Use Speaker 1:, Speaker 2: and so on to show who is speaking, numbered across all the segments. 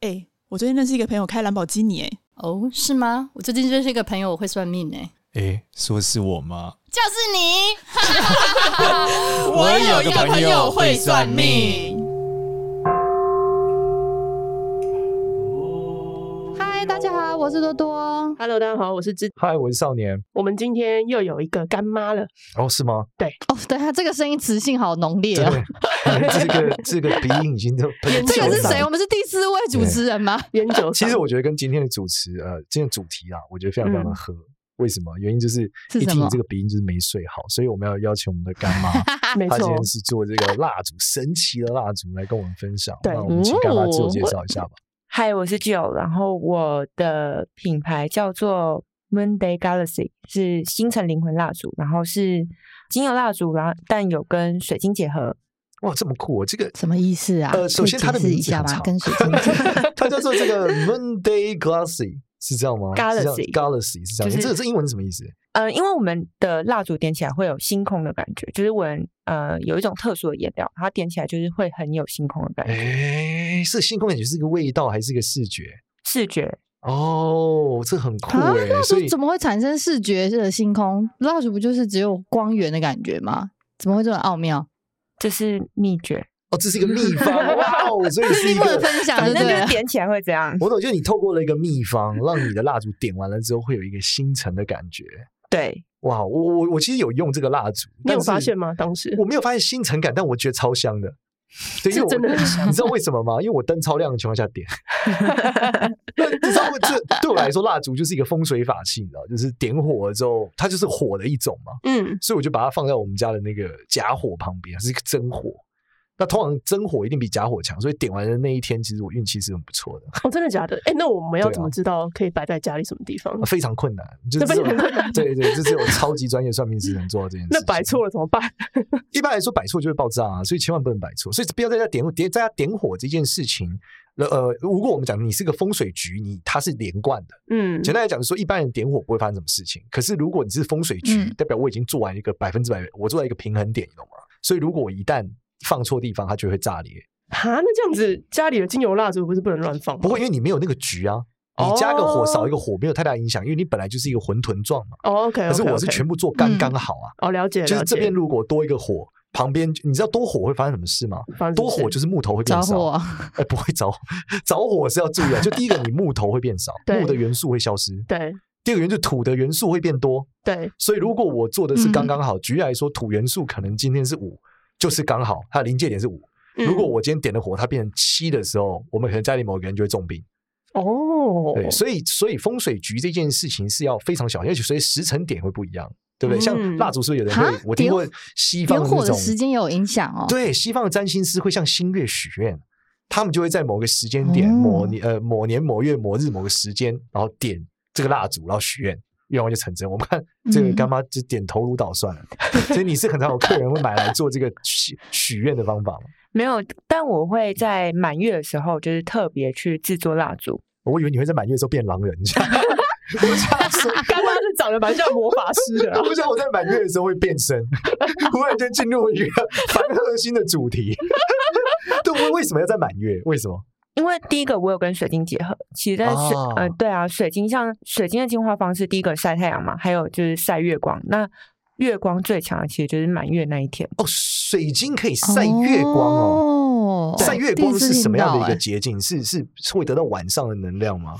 Speaker 1: 哎、我最近认识一个朋友开兰博基尼、哎，
Speaker 2: 哦，是吗？我最近认识一个朋友，我会算命哎、
Speaker 3: 诶，说是我吗？
Speaker 2: 就是你。
Speaker 3: 我有一个朋友会算命。
Speaker 4: 嗨，大家好，我是多哦多。
Speaker 5: Hello，大家好，我是芝。
Speaker 6: 嗨，我是少年。
Speaker 5: 我们今天又有一个干妈了，
Speaker 7: 哦，是吗？
Speaker 4: 哦，对他这个声音磁性好浓烈啊！
Speaker 7: 这个这个鼻音已经都喷
Speaker 4: 这
Speaker 7: 出来
Speaker 4: 个
Speaker 7: 了
Speaker 4: 是谁？我？们是第四位主持人吗？
Speaker 5: 烟酒
Speaker 7: 其实我觉得跟今天的主持呃，今天的主题啊，我觉得非常非常的合。为什么？原因就是
Speaker 4: 是
Speaker 7: 一
Speaker 4: 什
Speaker 7: 听你
Speaker 4: 么
Speaker 7: 这个鼻音就是没睡好，所以我们要邀请我们的干妈，
Speaker 5: 没
Speaker 7: 她今
Speaker 5: 错
Speaker 7: 天。是做这个蜡烛神奇的蜡烛来跟我们分享。
Speaker 5: 对
Speaker 7: 那我们请干妈自我介
Speaker 8: 哦
Speaker 7: 绍一下吧。
Speaker 8: 嗨，我是 Jill，然后我的品牌叫做 Monday Galaxy，是星辰灵魂蜡烛，然后是精油蜡烛，然后但有跟水晶结合。
Speaker 7: 哇，这么酷、哦！这个
Speaker 4: 什么意思啊？
Speaker 7: 呃，首先
Speaker 4: 可以
Speaker 7: 它的
Speaker 4: 解释
Speaker 7: 名
Speaker 4: 一
Speaker 7: 字
Speaker 4: 下
Speaker 7: 很
Speaker 4: 吧
Speaker 7: 长，，
Speaker 4: 跟水晶结 合
Speaker 7: 它叫做这个 Monday Glassy，是这样吗
Speaker 8: Galaxy
Speaker 7: Galaxy 是这样，
Speaker 8: 就是
Speaker 7: 这个这英文是什么意思？
Speaker 8: 呃，因为我们的蜡烛点起来会有星空的感觉，就是闻呃有一种特殊的颜料，它点起来就是会很有星空的感觉，
Speaker 7: 哎，是星空感觉是一个味道还是一个视觉？
Speaker 8: 视觉。
Speaker 7: 哦，这很酷
Speaker 4: 啊
Speaker 7: 哎、所
Speaker 4: 所
Speaker 7: 以
Speaker 4: 以怎么会产生视觉的星空？蜡烛不就是只有光源的感觉吗？怎么会这么奥妙？
Speaker 8: 这是秘诀，
Speaker 7: 哦，这是一个秘方哇哦，所以是一
Speaker 4: 不能
Speaker 7: 个。
Speaker 4: 分享
Speaker 5: 啊
Speaker 8: 反
Speaker 4: 就
Speaker 8: 正就
Speaker 4: 对
Speaker 8: 是
Speaker 4: 了。
Speaker 8: 点起来会这样。
Speaker 7: 我懂，就是你透过了一个秘方，让你的蜡烛点完了之后会有一个星辰的感觉。
Speaker 8: 对，
Speaker 7: 哇，哦我我我其实有用这个蜡烛，
Speaker 5: 你有
Speaker 7: 但是
Speaker 5: 发现吗当时
Speaker 7: 我没有发现星辰感，但我觉得超香的。对，因为我
Speaker 5: 这真的很香
Speaker 7: 你知道为什么吗？因为我灯超亮的情况下 点，那你知道吗这对我来说蜡烛就是一个风水法器，你知道，就是点火了之后，它就是火的一种嘛。
Speaker 5: 嗯，
Speaker 7: 所以我就把它放在我们家的那个假火旁边，是一个真火。那通常真火一定比假火强，所以点完的那一天，其实我运气是很不错的，
Speaker 5: 哦，真的假的？哎，那我们要
Speaker 7: 对啊哦
Speaker 5: 怎么知道可以摆在家里什么地方？
Speaker 7: 非常困难，就是
Speaker 5: 嗯非常困难
Speaker 7: 对对，这只有超级专业的算命师能做到这件事。
Speaker 5: 那摆，错了怎么办？
Speaker 7: 一般来说摆错就会爆炸啊，所以千万不能摆错，所以不要在家点火，点在家点火这件事情。呃，如果我们讲你是个风水局，你它是连贯的。
Speaker 5: 嗯，
Speaker 7: 简单来讲，就是说一般人点火不会发生什么事情，可是如果你是风水局，
Speaker 4: 嗯
Speaker 7: 代表我已经做完一个百分之百，我做到一个平衡点，你懂吗？所以如果我一旦放错地方，它就会炸裂。
Speaker 5: 哈，那这样子家里的精油蜡烛不是不能乱放吗？
Speaker 7: 不会，因为你没有那个局啊，你加个火少一个火没有太大影响，因为你本来就是一个混沌状嘛。
Speaker 5: 哦，OK，
Speaker 7: 可是我是全部做刚刚好啊，
Speaker 5: 哦了解，了
Speaker 7: 就是这
Speaker 5: 解
Speaker 7: 边如果多一个火，旁边你知道多火会发生什么事吗？
Speaker 5: 发生什
Speaker 7: 多
Speaker 5: 么事
Speaker 7: 火就是木头会变
Speaker 4: 着
Speaker 7: 少，
Speaker 4: 火，
Speaker 7: 哎、不会着火， 着火是要注意啊。就第一个，你木头会变少，
Speaker 5: 对
Speaker 7: 木的元素会消失；
Speaker 5: 对
Speaker 7: 第二个元素，土的元素会变多。
Speaker 5: 对
Speaker 7: 所以如果我做的是
Speaker 4: 嗯
Speaker 7: 刚刚好，举例来说，土元素可能今天是五，就是刚好，它的临界点是五。
Speaker 5: 嗯
Speaker 7: 如果我今天点的火它变成七的时候，我们可能家里某个人就会重病。
Speaker 5: 哦，
Speaker 7: 对，所以所以风水局这件事情是要非常小心，而且所以时辰点会不一样，对不对？像
Speaker 5: 嗯
Speaker 7: 蜡烛是不是有人
Speaker 4: 哈
Speaker 7: 会，我听过
Speaker 4: 点
Speaker 7: 西方
Speaker 4: 点
Speaker 7: 的
Speaker 4: 火
Speaker 7: 那
Speaker 4: 的
Speaker 7: 种，
Speaker 4: 时间也有影响哦。
Speaker 7: 对，西方的占星师会向星月许愿，他们就会在某个时间点、
Speaker 4: 哦
Speaker 7: 某年呃某年某月某日某个时间，然后点这个蜡烛，然后许愿。愿望就成真。我们看这个
Speaker 4: 嗯
Speaker 7: 干妈就点头如捣蒜了， 所以你是很常有客人会买来做这个许许愿的方法吗？
Speaker 8: 没有，但我会在满月的时候，就是特别去制作蜡烛。
Speaker 7: 我以为你会在满月的时候变狼人，你知 道吗我想说
Speaker 5: 干妈啊是长得蛮像魔法师的啊
Speaker 7: 我不知道我在满月的时候会变身， 忽然间进入一个凡核心的主题。 对，为为什么要在满月？为什么？
Speaker 8: 因为第一个我有跟水晶结合，其实在水、呃
Speaker 7: 哦
Speaker 8: 对啊，水晶像水晶的进化方式，第一个晒太阳嘛，还有就是晒月光。那月光最强的其实就是满月那一天，
Speaker 7: 哦，水晶可以晒月光哦。
Speaker 4: 哦
Speaker 7: 晒月光是什么样的
Speaker 4: 第
Speaker 7: 一？个
Speaker 4: 次听欸
Speaker 7: 捷径？是是是会得到晚上的能量吗？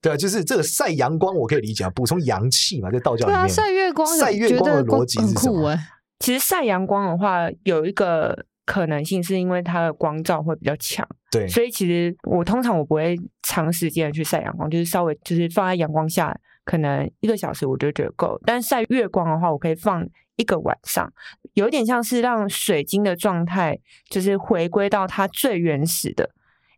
Speaker 7: 对啊，就是这个晒阳光，我可以理解，啊，补充阳气嘛，在道教
Speaker 4: 到
Speaker 7: 里
Speaker 4: 哎对啊，
Speaker 7: 面。
Speaker 4: 晒月光，
Speaker 7: 晒月光的逻辑是
Speaker 4: 很
Speaker 7: 什
Speaker 4: 酷
Speaker 7: 么？
Speaker 4: 哎。
Speaker 8: 其实晒阳光的话，有一个可能性是因为它的光照会比较强，
Speaker 7: 对，
Speaker 8: 所以其实我通常我不会长时间地去晒阳光，就是稍微就是放在阳光下，可能一个小时我就觉得够。但晒月光的话，我可以放一个晚上，有点像是让水晶的状态就是回归到它最原始的。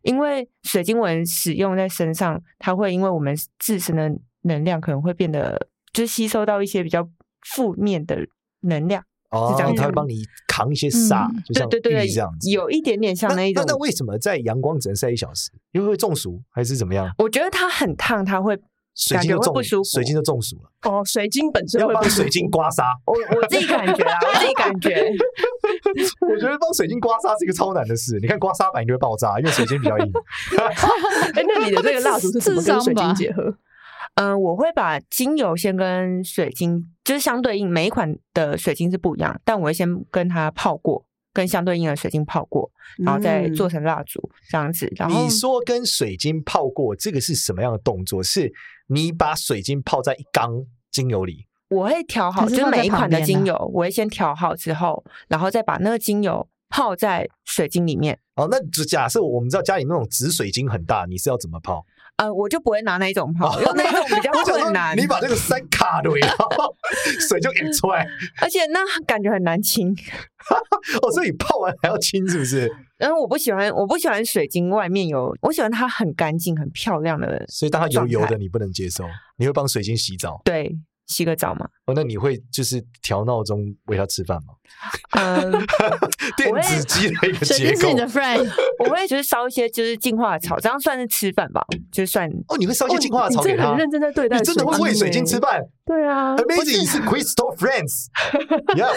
Speaker 8: 因为水晶纹使用在身上，它会因为我们自身的能量可能会变得，就是吸收到一些比较负面的能量。
Speaker 7: 哦
Speaker 8: 是这样，
Speaker 7: 他会
Speaker 8: 子
Speaker 7: 帮你扛一些煞，
Speaker 8: 嗯
Speaker 7: 就
Speaker 8: 对
Speaker 7: 像
Speaker 8: 对对
Speaker 7: 玉
Speaker 8: 对
Speaker 7: 这样子。
Speaker 8: 有一点点像
Speaker 7: 那
Speaker 8: 那一种
Speaker 7: 那为什么在阳光只能晒一小时？因为会中暑还是怎么样？
Speaker 8: 我觉得它很烫，它会
Speaker 7: 水
Speaker 8: 感
Speaker 7: 晶
Speaker 8: 觉
Speaker 7: 就
Speaker 8: 会
Speaker 7: 中
Speaker 8: 不舒服。
Speaker 7: 水晶就中暑了，
Speaker 5: 哦，水晶本身
Speaker 7: 要
Speaker 5: 会
Speaker 7: 帮
Speaker 5: 不舒
Speaker 7: 水
Speaker 5: 服
Speaker 7: 晶刮痧。
Speaker 8: 我我自己感觉啊，我自己感觉。
Speaker 7: 我觉得帮水晶刮痧是一个超难的事。你看刮痧板一定会爆炸，因为水晶比较硬。
Speaker 5: 哎，那你的这个蜡烛是怎么跟水
Speaker 4: 智商吧
Speaker 5: 晶结
Speaker 7: 哦
Speaker 5: 合？
Speaker 8: 嗯，我会把精油先跟水晶，就是相对应每一款的水晶是不一样，但我会先跟它泡过，跟相对应的水晶泡过，然后再做成蜡烛、这样子。然后
Speaker 7: 你说跟水晶泡过，这个是什么样的动作？是你把水晶泡在一缸精油里，
Speaker 8: 我会调好，
Speaker 4: 还是
Speaker 8: 就是
Speaker 4: 放在
Speaker 8: 每一
Speaker 4: 旁
Speaker 8: 款的
Speaker 4: 边
Speaker 8: 精
Speaker 4: 啊
Speaker 8: 油，我会先调好之后，然后再把那个精油泡在水晶里面。
Speaker 7: 哦，那就假设我们知道家里那种紫水晶很大，你是要怎么泡？
Speaker 8: 呃，我就不会拿那一种泡，因为那一种比较
Speaker 7: 哦我想
Speaker 8: 困
Speaker 7: 说
Speaker 8: 难，
Speaker 7: 你把这个塞卡对，然后水就给出来。
Speaker 8: 而且那感觉很难清。
Speaker 7: 哦，所以泡完还要清，是不是？
Speaker 8: 因为我不喜欢，我不喜欢水晶外面有，我喜欢它很干净、很漂亮的。
Speaker 7: 所以当它油油
Speaker 8: 状
Speaker 7: 的，
Speaker 8: 态
Speaker 7: 你不能接受。你会帮水晶洗澡
Speaker 8: 对，洗个澡嘛。
Speaker 7: 哦？那你会就是调闹钟喂它吃饭吗？
Speaker 8: 嗯，
Speaker 7: 电
Speaker 8: 会
Speaker 7: 子鸡的一个
Speaker 9: 水
Speaker 7: 结
Speaker 9: 晶是
Speaker 7: 构
Speaker 9: 你的 friend，
Speaker 8: 我会就是烧一些就是净化草，这样算是吃饭吧，就算
Speaker 7: 哦，你会烧一些净化
Speaker 5: 你
Speaker 7: 草给
Speaker 5: 真的
Speaker 7: 它
Speaker 5: 很。认真在对待，
Speaker 7: 你真的会喂水晶吃？饭
Speaker 8: 对啊，
Speaker 7: ？Amazing，你是 Crystal Friends。Yeah，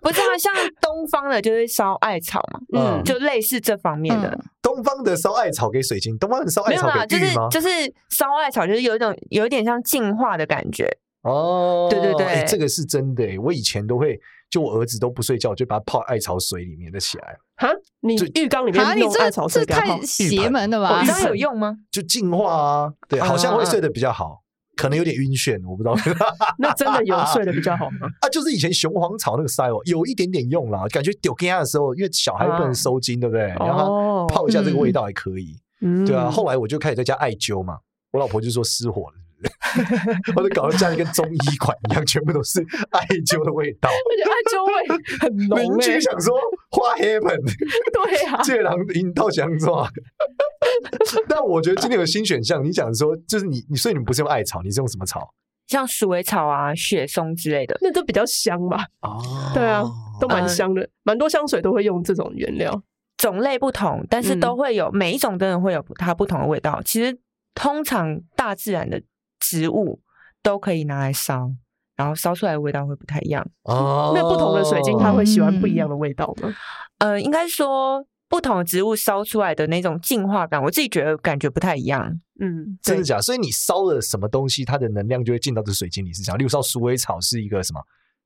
Speaker 8: 不是啊，像东方的就是烧艾草嘛，
Speaker 7: 嗯，
Speaker 8: 就类似这方面的，
Speaker 4: 嗯
Speaker 7: 东方的烧艾草给水晶，东方的烧
Speaker 8: 没
Speaker 7: 艾
Speaker 8: 有
Speaker 7: 草
Speaker 8: 啦，
Speaker 7: 给
Speaker 8: 就
Speaker 7: 玉
Speaker 8: 是
Speaker 7: 吗？
Speaker 8: 就是烧艾草，就是有一种有一点像净化的感觉，
Speaker 7: 哦，
Speaker 8: 对对对
Speaker 7: 哎这个是真的哎。我以前都会，就我儿子都不睡觉，就把它泡艾草水里面的起来，
Speaker 5: 哈，你浴缸里
Speaker 4: 啊，
Speaker 5: 面
Speaker 4: 你
Speaker 5: 弄艾
Speaker 4: 这
Speaker 5: 草
Speaker 4: 这
Speaker 5: 水给它
Speaker 4: 太
Speaker 5: 泡，
Speaker 4: 邪门了
Speaker 8: 哦
Speaker 4: 吧
Speaker 8: 这？样有用吗？
Speaker 7: 就净化啊。对，好像会睡得比较
Speaker 8: 啊
Speaker 7: 好，可能有点晕眩，我不知道。
Speaker 5: 那真的有睡得比较好 吗？
Speaker 7: 啊，就是以前雄黄草那个 style 有一点点用啦，感觉丢给他的时候，因为小孩又不能收精，对不对？然后
Speaker 8: 啊哦
Speaker 7: 泡一下这个味道还可以，
Speaker 8: 嗯
Speaker 7: 对啊。后来我就开始在家艾灸嘛，我老婆就说失 火了。是不是？我就搞得家里跟中医馆一样，全部都是艾灸的味道。
Speaker 5: 而且艾灸味很 浓
Speaker 7: 邻
Speaker 5: 哎
Speaker 7: 居，想说花 happen，
Speaker 5: 对啊，
Speaker 7: 借狼引到想抓。 但我觉得今天有新选项，你讲说就是你你，所以你们不是用艾草，你是用什么草
Speaker 8: 像鼠尾草啊、雪松之类的，
Speaker 5: 那都比较香吧？
Speaker 7: 哦
Speaker 5: 对啊，都
Speaker 4: 嗯
Speaker 5: 蛮香的，蛮多香水都会用这种原料。
Speaker 8: 种类不同，但是
Speaker 7: 嗯
Speaker 8: 都会有、每一种真的会有它不同的味道。其实通常大自然的植物都可以拿来烧，然后烧出来的味道会不太一样。
Speaker 7: 哦
Speaker 5: 那不同的水晶，它会喜欢不
Speaker 4: 嗯
Speaker 5: 一样的味道吗？
Speaker 8: 呃，应该说不同的植物烧出来的那种净化感，我自己觉得感觉不太一样。
Speaker 5: 嗯，
Speaker 7: 真的
Speaker 5: 对
Speaker 7: 假的所以你烧了什么东西，它的能量就会进到这水晶里，是这样。例如烧鼠尾草是一个什么？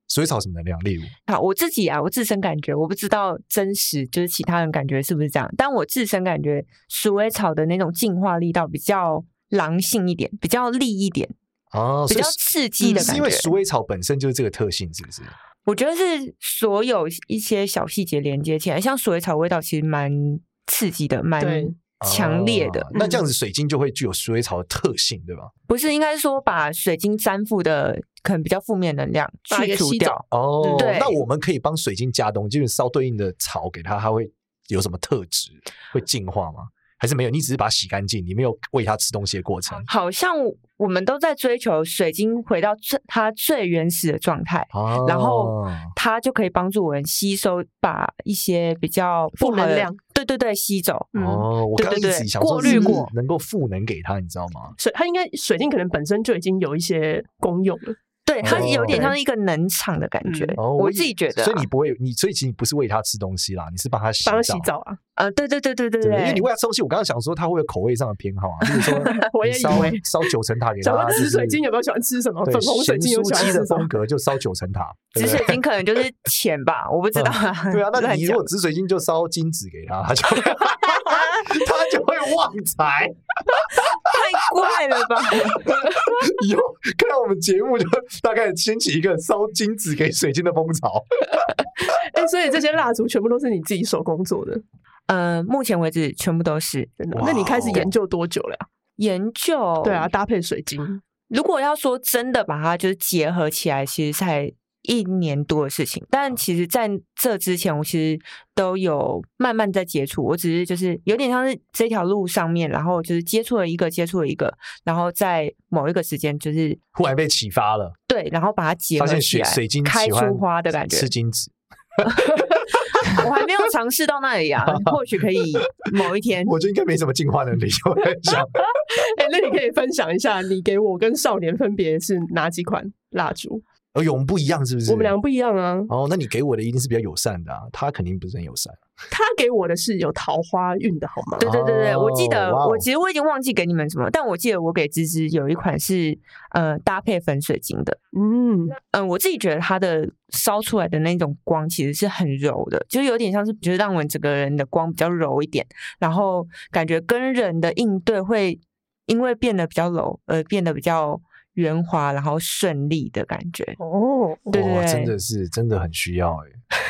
Speaker 7: 鼠尾草什么能量？例如，
Speaker 8: 好，我自己啊，我自身感觉，我不知道真实就是其他人感觉是不是这样，但我自身感觉鼠尾草的那种净化力道比较狼性一点，比较利一点，
Speaker 7: 哦，
Speaker 8: 比
Speaker 7: 所以
Speaker 8: 较
Speaker 7: 是嗯
Speaker 8: 刺激的
Speaker 7: 是
Speaker 8: 感
Speaker 7: 因为
Speaker 8: 觉。
Speaker 7: 鼠尾草本身就是这个特性，是不是？
Speaker 8: 我觉得是所有一些小细节连接起来，像鼠尾草味道其实蛮刺激的，蛮
Speaker 5: 对
Speaker 8: 强烈的嗯
Speaker 7: 哦。那这样子水晶就会具有鼠尾草的特性，对吧？
Speaker 8: 不是应该说把水晶粘附的可能比较负面能量
Speaker 5: 把它
Speaker 8: 去
Speaker 5: 给
Speaker 8: 除
Speaker 5: 吸
Speaker 8: 掉
Speaker 5: 走。
Speaker 7: 哦
Speaker 8: 嗯对
Speaker 7: 那我们可以帮水晶加东西，就是烧对应的草给它，它会有什么特质？会净化吗？还是没有？你只是把它洗干净，你没有喂它吃东西的过程。
Speaker 8: 好像我们都在追求水晶回到最它最原始的状态，
Speaker 7: 哦
Speaker 8: 然后它就可以帮助我们吸收，把一些比较不好
Speaker 5: 负能
Speaker 8: 的
Speaker 5: 量，嗯
Speaker 8: 对对对，吸走。
Speaker 7: 哦，我
Speaker 8: 嗯对
Speaker 7: 刚刚一
Speaker 8: 对对
Speaker 7: 直想说
Speaker 8: 过
Speaker 7: 是
Speaker 8: 滤
Speaker 7: 不是
Speaker 8: 过
Speaker 7: 能够赋能给它，你知道吗？
Speaker 5: 水它应该水晶可能本身就已经有一些功用了。
Speaker 8: 对，它
Speaker 7: 哦
Speaker 8: 有点像是一个能场的感觉，
Speaker 5: 嗯
Speaker 7: 哦，
Speaker 8: 我
Speaker 7: 以
Speaker 8: 自己觉得啊、
Speaker 7: 所以你不会，你所以其实你不是喂它吃东西啦，你是帮它洗
Speaker 5: 帮它洗澡啊，
Speaker 8: 呃，对对对对对
Speaker 7: 对不对，
Speaker 8: 对，
Speaker 7: 因为你喂它吃东西，我刚刚想说它会有口味上的偏好啊，比如说
Speaker 5: 我也
Speaker 7: 你
Speaker 5: 以
Speaker 7: 烧
Speaker 5: 为
Speaker 7: 烧九层塔给
Speaker 5: 想
Speaker 7: 它，
Speaker 5: 说
Speaker 7: 就
Speaker 5: 紫
Speaker 7: 是
Speaker 5: 水晶有没有喜欢吃什么？
Speaker 7: 对
Speaker 5: 粉红水晶有喜
Speaker 7: 咸
Speaker 5: 欢
Speaker 7: 酥鸡
Speaker 5: 吃
Speaker 7: 的
Speaker 5: 什
Speaker 7: 风
Speaker 5: 么？
Speaker 7: 格就烧九层塔，对
Speaker 8: 紫
Speaker 7: 不对
Speaker 8: 水晶可能就是浅吧，我不知道啊、
Speaker 7: 对啊， 那
Speaker 8: 乱
Speaker 7: 你如果
Speaker 8: 讲
Speaker 7: 紫水晶就烧金子给他，他就 他就会旺财。
Speaker 8: 太怪了吧？
Speaker 7: 以后看到我们节目，就大概掀起一个烧金子给水晶的风潮。
Speaker 5: 哎，所以这些蜡烛全部都是你自己手工做的，
Speaker 8: 呃，目前为止全部都是
Speaker 5: 真的
Speaker 7: 哇哦
Speaker 5: 吗？那你开始研究多久了啊呀？
Speaker 8: 研究。
Speaker 7: 啊
Speaker 5: 对啊，，搭配水晶，
Speaker 8: 如果要说真的把它就是结合起来，其实才一年多的事情。但
Speaker 7: 嗯
Speaker 8: 其实在这之前，我其实都有慢慢在接触，我只是就是有点像是这条路上面，然后就是接触了一个，接触了一个，然后在某一个时间就是
Speaker 7: 忽然被启发了，
Speaker 8: 对，然后把它结
Speaker 7: 发
Speaker 8: 合
Speaker 7: 现
Speaker 8: 起
Speaker 7: 水
Speaker 8: 来，
Speaker 7: 水晶
Speaker 8: 开
Speaker 7: 喜欢
Speaker 8: 出花的感觉
Speaker 7: 吃。金子。
Speaker 8: 我还没有尝试到那里 啊，或许可以某一天。
Speaker 7: 我觉得应该没什么进化能力，我在 想，
Speaker 5: 哎，那你可以分享一下，你给我跟少年分别是哪几款蜡烛？
Speaker 7: 而哎我们不一样，是不是？
Speaker 5: 我们两个不一样啊。
Speaker 7: 哦，那你给我的一定是比较友善的、啊，他肯定不是很友善。
Speaker 5: 他给我的是有桃花运的好吗？
Speaker 8: 对对对对，我记得
Speaker 7: 哦哇哦
Speaker 8: 我其实我已经忘记给你们什么，但我记得我给芝芝有一款是呃搭配粉水晶的，
Speaker 5: 嗯，
Speaker 8: 嗯，我自己觉得它的烧出来的那种光其实是很柔的，就是有点像是就是让我整个人的光比较柔一点，然后感觉跟人的应对会因为变得比较柔而变得比较圆滑，然后顺利的感觉。
Speaker 5: 哦，
Speaker 8: 对对
Speaker 7: 哇
Speaker 8: 对，
Speaker 7: 真的是真的很需要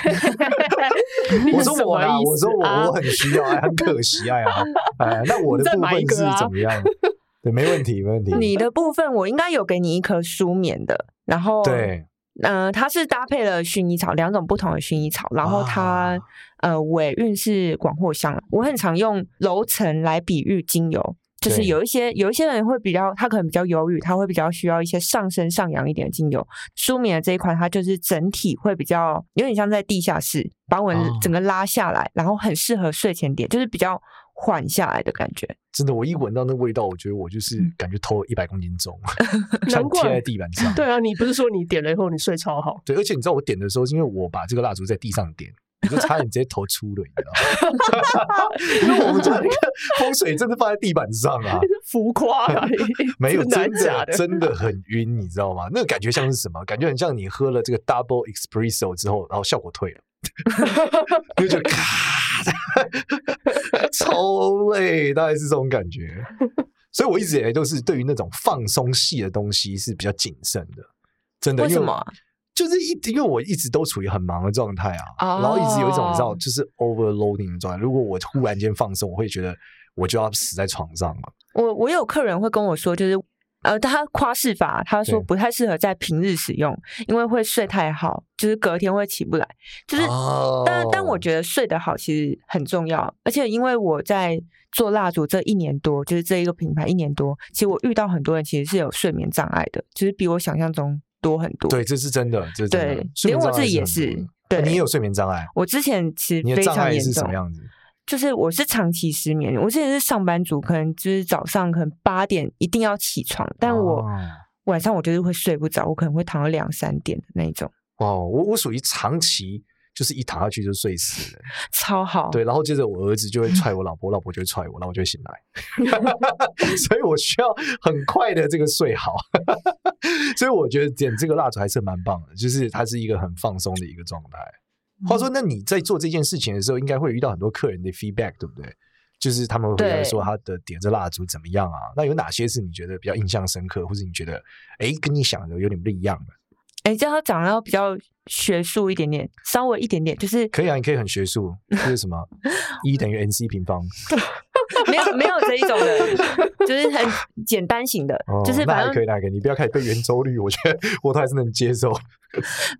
Speaker 7: 哎、
Speaker 5: 你
Speaker 7: 我说
Speaker 5: 什
Speaker 7: 我
Speaker 5: 么
Speaker 7: 啦，
Speaker 5: 意
Speaker 7: 我
Speaker 5: 思
Speaker 7: 说我、
Speaker 5: 啊
Speaker 7: 我很需要，哎，很可惜 哎呀，哎，那我的
Speaker 5: 你再
Speaker 7: 部
Speaker 5: 买
Speaker 7: 分
Speaker 5: 一个
Speaker 7: 是
Speaker 5: 啊
Speaker 7: 怎么样？对，没问题，没问题。
Speaker 8: 你的部分我应该有给你一颗舒眠的，然后
Speaker 7: 对，
Speaker 8: 呃，它是搭配了薰衣草两种不同的薰衣草，然后它、
Speaker 7: 啊
Speaker 8: 呃尾韵是广藿香。我很常用楼层来比喻精油，就是
Speaker 7: 对
Speaker 8: 有一些有一些人会比较，他可能比较忧郁，他会比较需要一些上升上扬一点的精油。舒眠的这一款，它就是整体会比较有点像在地下室，把我
Speaker 7: 哦
Speaker 8: 整个拉下来，然后很适合睡前点，就是比较缓下来的感觉。
Speaker 7: 真的，我一闻到那味道，我觉得我就是感觉偷了一百公斤重，像
Speaker 5: 嗯 难
Speaker 7: 贴
Speaker 5: 怪
Speaker 7: 在地板上。
Speaker 5: 对啊，你不是说你点了以后你睡超好？
Speaker 7: 对，而且你知道我点的时候，是因为我把这个蜡烛在地上点，我就差点直接头出了，你知道吗？ 因为我们家那个风水真的放在地板上啊，
Speaker 5: 浮夸啊，
Speaker 7: 没 有
Speaker 5: 真的
Speaker 7: 真
Speaker 5: 还假
Speaker 7: 的
Speaker 5: 的？
Speaker 7: 真的很晕，你知道吗？那个感觉像是什么？感觉很像你喝了这个 double espresso 之后，然后效果退 了，就觉得咔， 超累，大概是这种感觉。所以我一直以来都是对于那种放松系的东西是比较谨慎的，真的。
Speaker 8: 为
Speaker 7: 因
Speaker 8: 什么啊？
Speaker 7: 就是一，因为我一直都处于很忙的状态啊，
Speaker 8: 哦
Speaker 7: 然后一直有一种你知道，就是 overloading 的状态。如果我忽然间放松，我会觉得我就要死在床上了。
Speaker 8: 我我有客人会跟我说，就是呃，他夸饰法，他说
Speaker 7: 对
Speaker 8: 不太适合在平日使用，因为会睡太好，就是隔天会起不来。就是，但但我
Speaker 7: 哦
Speaker 8: 觉得睡得好其实很重要，而且因为我在做蜡烛这一年多，就是这一个品牌一年多，其实我遇到很多人其实是有睡眠障碍的，就是比我想象中多很多。
Speaker 7: 对，这是真的，这是真的
Speaker 8: 对
Speaker 7: 睡
Speaker 8: 连
Speaker 7: 眠
Speaker 8: 我
Speaker 7: 障碍
Speaker 8: 自己也
Speaker 7: 很多
Speaker 8: 是
Speaker 7: 的
Speaker 8: 对
Speaker 7: 你也有睡眠障碍，
Speaker 8: 我之前其
Speaker 7: 你
Speaker 8: 实
Speaker 7: 的
Speaker 8: 非
Speaker 7: 障
Speaker 8: 常
Speaker 7: 碍
Speaker 8: 严
Speaker 7: 是什
Speaker 8: 重
Speaker 7: 么，样子？
Speaker 8: 就是我是长期失眠，我之前是上班族，可能就是早上可能八点一定要起床，但我
Speaker 7: 哦
Speaker 8: 晚上我就是会睡不着，我可能会躺到两三点的那种，
Speaker 7: 哇，我我属于长期就是一躺下去就睡死了，
Speaker 8: 超好。
Speaker 7: 对，然后接着我儿子就会踹我老婆，我老婆就会踹我，然后我就会醒来， 所以我需要很快的这个睡好， 所以我觉得点这个蜡烛还是蛮棒的，就是它是一个很放松的一个状态。话说，那你在做这件事情的时候，应该会遇到很多客人的 feedback，对不对？就是他们会来
Speaker 8: 对
Speaker 7: 说他的点这蜡烛怎么样啊？那有哪些是你觉得比较印象深刻，或者你觉得哎跟你想的有点不一样的？
Speaker 8: 哎，这样讲到比较学术一点点，稍微一点点， 就是
Speaker 7: 可以啊，你可以很学术，就是什么 E 等于 n c 平方，
Speaker 8: 没有没有这一种 的，就是很简单型的，
Speaker 7: 哦
Speaker 8: 就是
Speaker 7: 那还
Speaker 8: 反
Speaker 7: 可
Speaker 8: 正
Speaker 7: 以，那还可以，你不要开始背圆周率，我觉得我都还是能接受。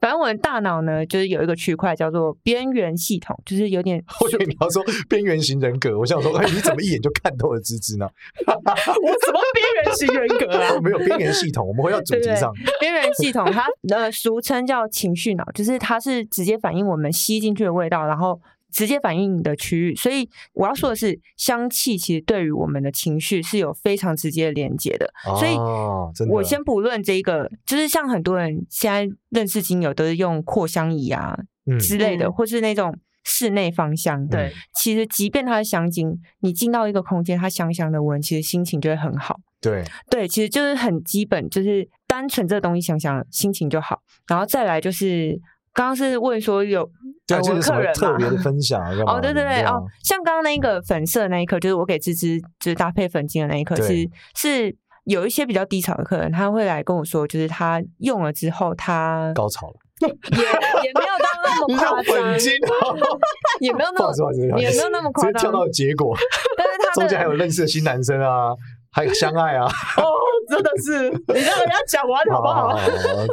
Speaker 8: 反正我的大脑呢，就是有一个区块叫做边缘系统，就是有 点
Speaker 7: 我以为你要说边缘型人格，我想说，哎，你怎么一眼就看透了芝芝呢？
Speaker 5: 我什么边缘型人格啊？
Speaker 7: 哦没有边缘系统，我们回到主题上。
Speaker 8: 边缘系统，它呃俗称叫情绪脑，就是它是直接反映我们吸进去的味道，然后直接反映你的区域。所以我要说的是，香气其实对于我们的情绪是有非常直接的连接的。所以
Speaker 7: 哦真的
Speaker 8: 我先不论这一个，就是像很多人现在认识精油都是用扩香仪啊
Speaker 7: 嗯
Speaker 8: 之类的，
Speaker 5: 嗯
Speaker 8: 或是那种室内芳香。
Speaker 7: 对，
Speaker 8: 其实即便它是香精，你进到一个空间，它香香的闻，其实心情就会很好。
Speaker 7: 对，
Speaker 8: 对，其实就是很基本，就是单纯这个东西想想心情就好，然后再来就是刚刚是问说有呃
Speaker 7: 对啊，
Speaker 8: 我
Speaker 7: 就是什
Speaker 8: 客
Speaker 7: 么
Speaker 8: 人
Speaker 7: 特
Speaker 8: 嘛
Speaker 7: 别的分享啊？干嘛
Speaker 8: 哦，对对对
Speaker 7: 啊
Speaker 8: 哦，像刚刚那个粉色那一刻，就是我给芝芝就是搭配粉晶的那一刻，
Speaker 7: 对
Speaker 8: 其实是有一些比较低潮的客人，他会来跟我说，就是他用了之后，他
Speaker 7: 高潮了，
Speaker 8: 也也没有到 那么夸张
Speaker 7: 本，金哦，
Speaker 8: 也没有
Speaker 7: 不
Speaker 8: 那
Speaker 7: 好意思不好
Speaker 8: 么
Speaker 7: 意思不好意
Speaker 8: 也
Speaker 7: 思
Speaker 8: 没有那么
Speaker 7: 直
Speaker 8: 夸
Speaker 7: 接跳
Speaker 8: 张，
Speaker 7: 到结果，
Speaker 8: 但是他
Speaker 7: 中间还
Speaker 8: 的
Speaker 7: 有认识的新男生啊，还有相爱啊，
Speaker 5: 哦，这真的是，你让人家讲完好不好？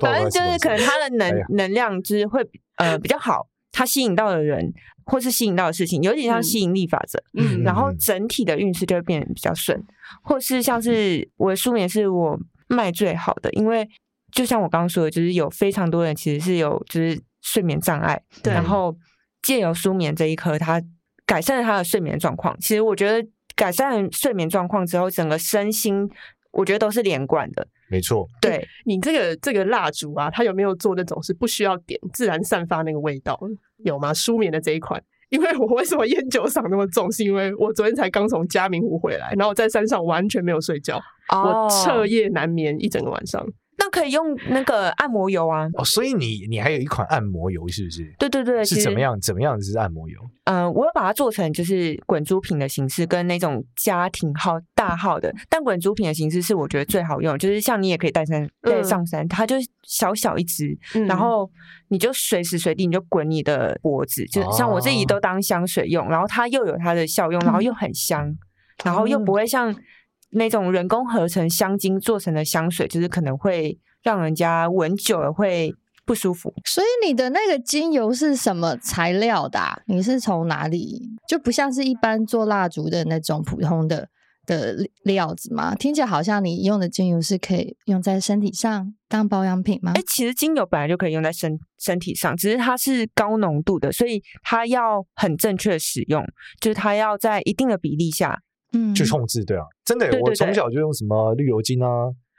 Speaker 8: 反正就是可能它的能、
Speaker 7: 哎呀
Speaker 8: 能量就是会呃比较好，它吸引到的人或是吸引到的事情，有点像吸引力法则。
Speaker 7: 嗯
Speaker 8: 然后整体的运势就会变得比较顺，或是像是我的书眠是我卖最好的，因为就像我刚刚说的，就是有非常多人其实是有就是睡眠障碍，
Speaker 7: 对
Speaker 8: 然后借由舒眠这一科，他改善了他的睡眠状况。其实我觉得改善了睡眠状况之后，整个身心我觉得都是连贯的，
Speaker 7: 没错，
Speaker 8: 对，
Speaker 5: 你这个这个蜡烛啊，它有没有做那种是不需要点自然散发那个味道？有吗？舒眠的这一款，因为我为什么烟酒嗓那么重，是因为我昨天才刚从嘉明湖回来，然后我在山上完全没有睡觉，我彻夜难眠一整个晚上。
Speaker 8: 那可以用那个按摩油啊，
Speaker 7: 哦，所以你你还有一款按摩油是不是？
Speaker 8: 对对对，
Speaker 7: 是
Speaker 8: 其实
Speaker 7: 怎么样？怎么样是按摩油？
Speaker 8: 嗯，我有把它做成就是滚珠瓶的形式，跟那种家庭号大号的。但滚珠瓶的形式是我觉得最好用，就是像你也可以带山带
Speaker 5: 嗯
Speaker 8: 上山，它就小小一支，
Speaker 5: 嗯
Speaker 8: 然后你就随时随地你就滚你的脖子，
Speaker 7: 哦
Speaker 8: 就像我自己都当香水用，然后它又有它的效
Speaker 7: 嗯
Speaker 8: 用，然后又很香，然后又
Speaker 7: 哦
Speaker 8: 不会像那种人工合成香精做成的香水，就是可能会让人家闻久了会不舒服。
Speaker 4: 所以你的那个精油是什么材料的、啊？你是从哪里？就不像是一般做蜡烛的那种普通的的料子吗？听起来好像你用的精油是可以用在身体上当保养品吗
Speaker 8: 哎、？其实精油本来就可以用在身身体上，只是它是高浓度的，所以它要很正确的使用，就是它要在一定的比例下，
Speaker 4: 嗯，
Speaker 7: 去控制，对啊，真的耶，
Speaker 8: 对对
Speaker 7: 我从
Speaker 8: 对
Speaker 7: 小就用什么绿油精啊、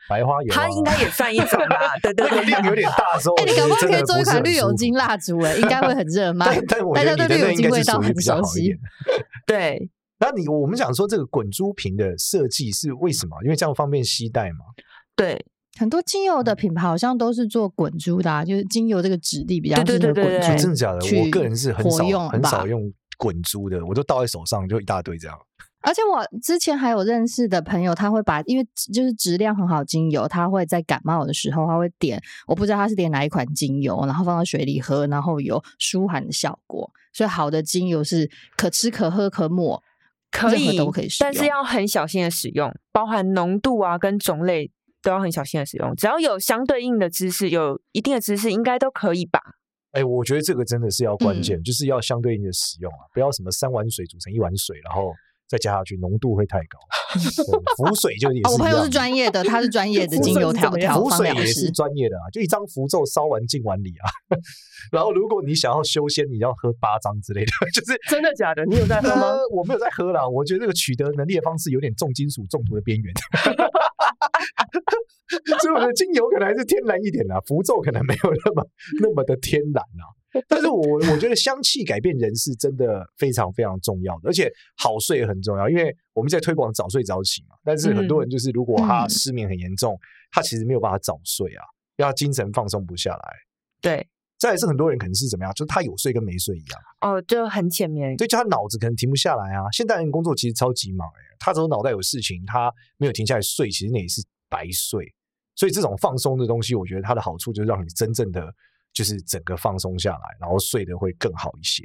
Speaker 7: 白花油啊，
Speaker 8: 它应该也算一种啦。对 对
Speaker 7: 那个
Speaker 8: 对，
Speaker 7: 量有点大的时候，
Speaker 4: 哎、
Speaker 7: 我
Speaker 4: 你
Speaker 7: 其
Speaker 4: 搞
Speaker 7: 实
Speaker 4: 不好
Speaker 7: 真
Speaker 4: 可
Speaker 7: 的
Speaker 4: 以
Speaker 7: 不
Speaker 4: 做一
Speaker 7: 是
Speaker 4: 款
Speaker 7: 很
Speaker 4: 绿
Speaker 7: 舒
Speaker 4: 油
Speaker 7: 服
Speaker 4: 精 蜡烛、哎，应该会很热卖。
Speaker 7: 但但我
Speaker 4: 大
Speaker 7: 觉得
Speaker 4: 家
Speaker 7: 你的
Speaker 4: 对绿
Speaker 7: 那
Speaker 4: 油
Speaker 7: 应
Speaker 4: 精
Speaker 7: 该
Speaker 4: 味
Speaker 7: 是
Speaker 4: 道
Speaker 7: 属于
Speaker 4: 很
Speaker 7: 比较
Speaker 4: 熟
Speaker 7: 好一
Speaker 4: 悉
Speaker 7: 点。。
Speaker 8: 对
Speaker 7: 那你我们想说这个滚珠瓶的设计是为什么？因为这样方便携带嘛。
Speaker 8: 对
Speaker 4: 很多精油的品牌好像都是做滚珠的、啊，就是精油这个质地比较
Speaker 8: 对对
Speaker 4: 适合
Speaker 8: 对对
Speaker 4: 滚
Speaker 8: 对
Speaker 7: 就
Speaker 8: 对
Speaker 7: 真
Speaker 4: 珠
Speaker 7: 的。假的？
Speaker 4: 去
Speaker 7: 我个人是很少
Speaker 4: 活用
Speaker 7: 很少
Speaker 4: 吧
Speaker 7: 用滚珠的，我都倒在手上就一大堆这样。
Speaker 4: 而且我之前还有认识的朋友，他会把因为就是质量很好的精油，他会在感冒的时候，他会点，我不知道他是点哪一款精油，然后放到水里喝，然后有舒缓的效果。所以好的精油是可吃可喝可抹，
Speaker 8: 可
Speaker 4: 任何
Speaker 8: 以
Speaker 4: 都可以使
Speaker 8: 但是
Speaker 4: 用
Speaker 8: 要很小心的使用，包含浓度啊跟种类都要很小心的使用。只要有相对应的知识，有一定的知识，应该都可以吧？
Speaker 7: 哎、我觉得这个真的是要
Speaker 4: 嗯
Speaker 7: 关键，就是要相对应的使用啊，不要什么三碗水煮成一碗水，然后再加下去，浓度会太 高。对浮水就也
Speaker 4: 哦，我
Speaker 7: 是一
Speaker 4: 朋友
Speaker 7: 样
Speaker 4: 是专业的，他是专 业的精油调调
Speaker 7: 符
Speaker 4: 方
Speaker 7: 水
Speaker 4: 疗
Speaker 7: 也是
Speaker 4: 师。
Speaker 7: 专业的啊，就一张符咒烧完进碗里啊。 然后如果你想要修仙，你要喝八张之类的， 就是。
Speaker 5: 真的假的？你 有在喝吗
Speaker 7: 呃？ 我没有在喝啦，我觉得这个取得能力的方式有点重金属中毒的边缘， 所以我的精油可能还是天然一点啦，符咒可能没有那么那么的天然啦。但是我我觉得香气改变人是真的非常非常重要的，而且好睡也很重要，因为我们在推广早睡早起嘛。但是很多人就是如果他
Speaker 4: 嗯
Speaker 7: 失眠很严重，他其实没有办法早睡啊，因为他精神放松不下来。
Speaker 8: 对，
Speaker 7: 再来是很多人可能是怎么样，就是他有睡跟没睡一样，
Speaker 8: 哦，就很浅眠。
Speaker 7: 所以就他脑子可能停不下来啊。现代人工作其实超级忙哎、他只有脑袋有事情，他没有停下来睡，其实那也是白睡。所以这种放松的东西，我觉得它的好处就是让你真正的就是整个放松下来，然后睡得会更好一些。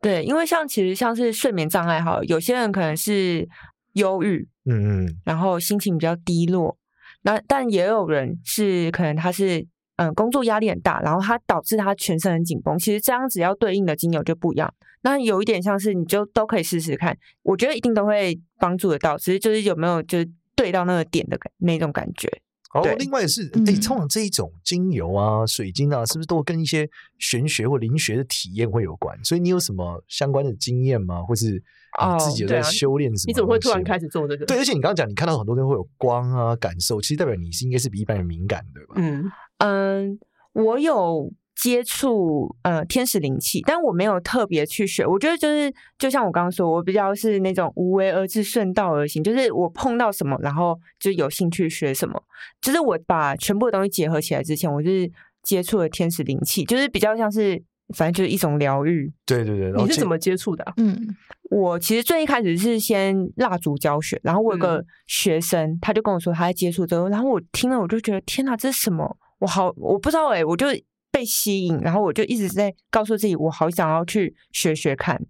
Speaker 8: 对，因为像其实像是睡眠障碍好了，有些人可能是忧郁，
Speaker 7: 嗯嗯，
Speaker 8: 然后心情比较低落。那但也有人是可能他是嗯工作压力很大，然后他导致他全身很紧绷。其实这样子要对应的精油就不一样。那有一点像是你就都可以试试看，我觉得一定都会帮助得到。只是就是有没有就是对到那个点的感那种感觉。
Speaker 7: 然后
Speaker 8: 对
Speaker 7: 另外是，
Speaker 4: 嗯
Speaker 7: 哎、通常这一种精油啊、水晶啊，是不是都跟一些玄学或灵学的体验会有关？所以你有什么相关的经验吗？或是
Speaker 8: 哦
Speaker 7: 你自己有在
Speaker 5: 对啊
Speaker 7: 修炼什么、
Speaker 5: 你怎么会突然开？始做这个？
Speaker 7: 对，，而且你刚刚讲，你看到很多人会有光啊、感受，其实代表你是应该是比一般人敏感的吧？
Speaker 5: 嗯，
Speaker 8: 嗯，我有接触呃天使灵气，但我没有特别去学。我觉得就是就像我刚刚说，我比较是那种无为而治，顺道而行，就是我碰到什么，然后就有兴趣学什么。就是我把全部的东西结合起来之前，我就是接触了天使灵气，就是比较像是反正就是一种疗愈。
Speaker 7: 对对对，然后
Speaker 5: 你是
Speaker 7: 这
Speaker 5: 怎么接触的啊？
Speaker 4: 嗯，
Speaker 8: 我其实最一开始是先蜡烛教学，然后我有
Speaker 5: 嗯
Speaker 8: 个学生，他就跟我说他在接触之后，然后我听了我就觉得天哪，这是什么？我好，我不知道哎、我就被吸引，然后我就一直在告诉自己，我好想要去学学看，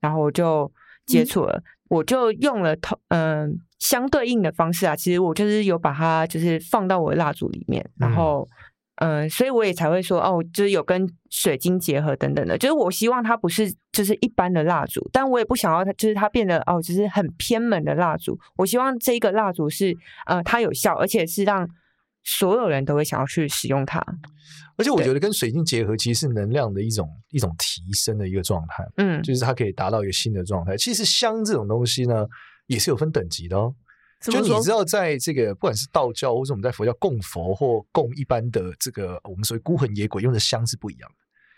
Speaker 8: 然后我就接触了。我就用了同嗯、相对应的方式啊，其实我就是有把它就是放到我的蜡烛里面，然
Speaker 7: 嗯
Speaker 8: 后嗯、呃所以我也才会说哦，就是有跟水晶结合等等的，就是我希望它不是就是一般的蜡烛，但我也不想要它就是它变得哦，就是很偏门的蜡烛，我希望这一个蜡烛是呃它有效，而且是让所有人都会想要去使用它，
Speaker 7: 而且我觉得跟水晶结合其实是能量的一种一种提升的一个状态，
Speaker 8: 嗯，
Speaker 7: 就是它可以达到一个新的状态。其实香这种东西呢，也是有分等级的哦。
Speaker 5: 怎
Speaker 7: 就
Speaker 5: 么
Speaker 7: 你
Speaker 5: 说
Speaker 7: 知道，在这个不管是道教或者我们在佛教供佛或供一般的这个我们所谓孤魂野鬼用的香是不一样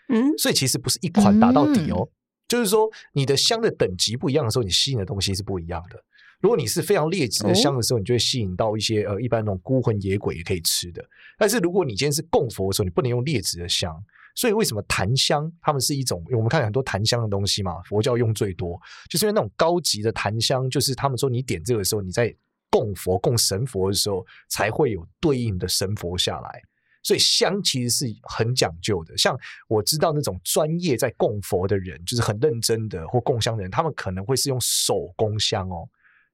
Speaker 7: 的，
Speaker 5: 嗯，
Speaker 7: 所以其实不是一款打到底哦。就是说，你的香的等级不一样的时候，你吸引的东西是不一样的。如果你是非常劣质的
Speaker 5: 哦
Speaker 7: 香的时候，你就会吸引到一些呃一般那种孤魂野鬼也可以吃的。但是如果你今天是供佛的时候，你不能用劣质的香。所以为什么檀香它们是一种，因为我们看很多檀香的东西嘛，佛教用最多，就是因为那种高级的檀香，就是他们说你点这个的时候，你在供佛、供神佛的时候，才会有对应的神佛下来。所以香其实是很讲究的，像我知道那种专业在供佛的人，就是很认真的或供香的人，他们可能会是用手工香哦，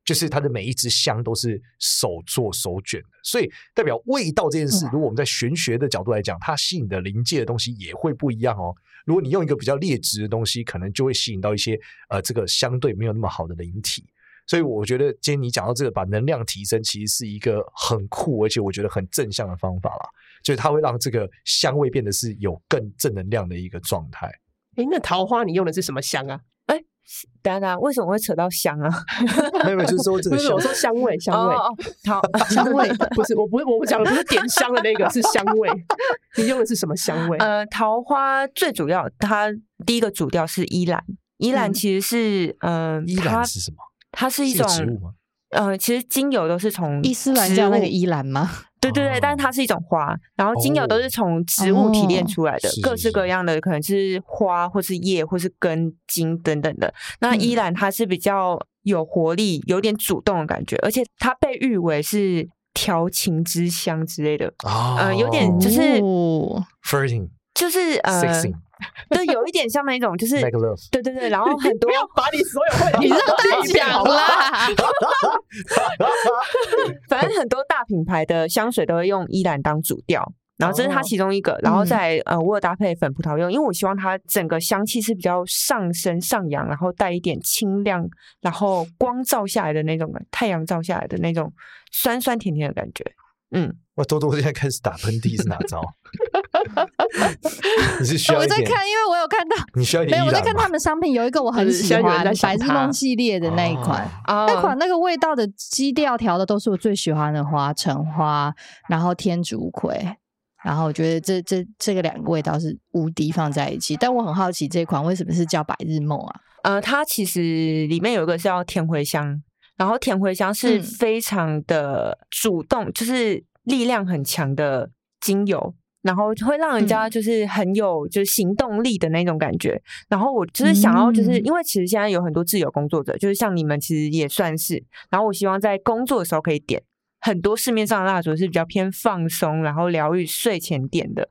Speaker 7: 就是它的每一支香都是手做手卷的，所以代表味道这件事，如果我们在玄学的角度来讲，它吸引的灵界的东西也会不一样哦。如果你用一个比较劣质的东西，可能就会吸引到一些呃这个相对没有那么好的灵体。所以我觉得今天你讲到这个把能量提升，其实是一个很酷，而且我觉得很正向的方法啦，就是它会让这个香味变得是有更正能量的一个状态。
Speaker 5: 哎，那桃花你用的是什么香啊？
Speaker 8: 等一下等一下，为什么会扯到香啊？
Speaker 7: 没有，没有，就是说这
Speaker 5: 不
Speaker 7: 个
Speaker 5: 是，
Speaker 7: 香
Speaker 5: 我，说香味，香味
Speaker 8: 哦，哦哦好，
Speaker 5: 香味， 不是，我不是，我讲的不是点香的那个，是香味。你用的是什么香味？
Speaker 8: 呃，桃花最主要，它第一个主调是依兰，依兰
Speaker 5: 嗯
Speaker 8: 其实是嗯，
Speaker 7: 依
Speaker 8: 它
Speaker 7: 兰是什么？
Speaker 8: 它是
Speaker 7: 是
Speaker 8: 一
Speaker 7: 一
Speaker 8: 种
Speaker 7: 个植物吗？
Speaker 8: 呃，其实精油都是从
Speaker 4: 伊斯兰教那个
Speaker 8: 植物
Speaker 4: 伊兰吗？
Speaker 8: 对对对，但
Speaker 7: 哦
Speaker 8: 是它是一种花，然后精油都
Speaker 7: 哦
Speaker 8: 是从植物提炼出来的，
Speaker 7: 是
Speaker 8: 各
Speaker 7: 是
Speaker 8: 式各
Speaker 7: 是
Speaker 8: 样的，可能是花或是叶或是根茎等等的。那依兰它是比较有活力，有点主动的感觉，而且它被誉为是调情之香之类的，
Speaker 7: 啊
Speaker 8: 呃有点就是
Speaker 4: 哦
Speaker 7: flirting、
Speaker 8: 就是呃，
Speaker 7: sexing、
Speaker 8: 对，有一点像那种就是。
Speaker 7: make love。
Speaker 8: 对对对，然后很多
Speaker 5: 不要把你所有问题都讲一遍好不好
Speaker 4: 啦，
Speaker 8: 反正很多大品牌的香水都会用依兰当主调，然后这是它
Speaker 5: 哦
Speaker 8: 其中一个，然后再呃，我有搭配粉葡萄柚，因为我希望它整个香气是比较上升上扬，然后带一点清亮，然后光照下来的那种太阳照下来的那种酸酸甜甜的感觉。嗯，
Speaker 7: 哇，多多现在开始打喷嚏是哪招？ 你是需要
Speaker 4: 我
Speaker 7: 一
Speaker 4: 在
Speaker 7: 点，
Speaker 4: 看，因为我有看 到，
Speaker 7: 你需要一
Speaker 4: 没
Speaker 7: 点
Speaker 4: 有
Speaker 7: 依
Speaker 4: 我在
Speaker 7: 兰
Speaker 4: 看
Speaker 7: 吗
Speaker 4: 他们商品，有一个我很
Speaker 5: 就是
Speaker 4: 喜
Speaker 5: 现在有人
Speaker 4: 欢
Speaker 5: 在
Speaker 4: 《
Speaker 5: 想
Speaker 4: 白日
Speaker 5: 它
Speaker 4: 梦》系列的那一款。
Speaker 8: 啊
Speaker 7: 哦
Speaker 4: 那款那个味道的基调调的都是我最喜欢的花，橙花，然后天竺葵，然后我觉得这这这个两个味道是无敌放在一起。但我很好奇这款为什么是叫白日梦啊？
Speaker 8: 呃，它其实里面有一个是叫甜茴香，然后甜茴香是
Speaker 4: 嗯
Speaker 8: 非常的主动，就是力量很强的精油，然后会让人
Speaker 7: 嗯
Speaker 8: 家就是很有就是行动力的那种感觉。然后我就是想要，就是、
Speaker 4: 嗯
Speaker 8: 因为其实现在有很多自由工作者，就是像你们其实也算是，然后我希望在工作的时候可以点。很多市面上的蜡烛是比较偏放松，然后疗愈睡前点的，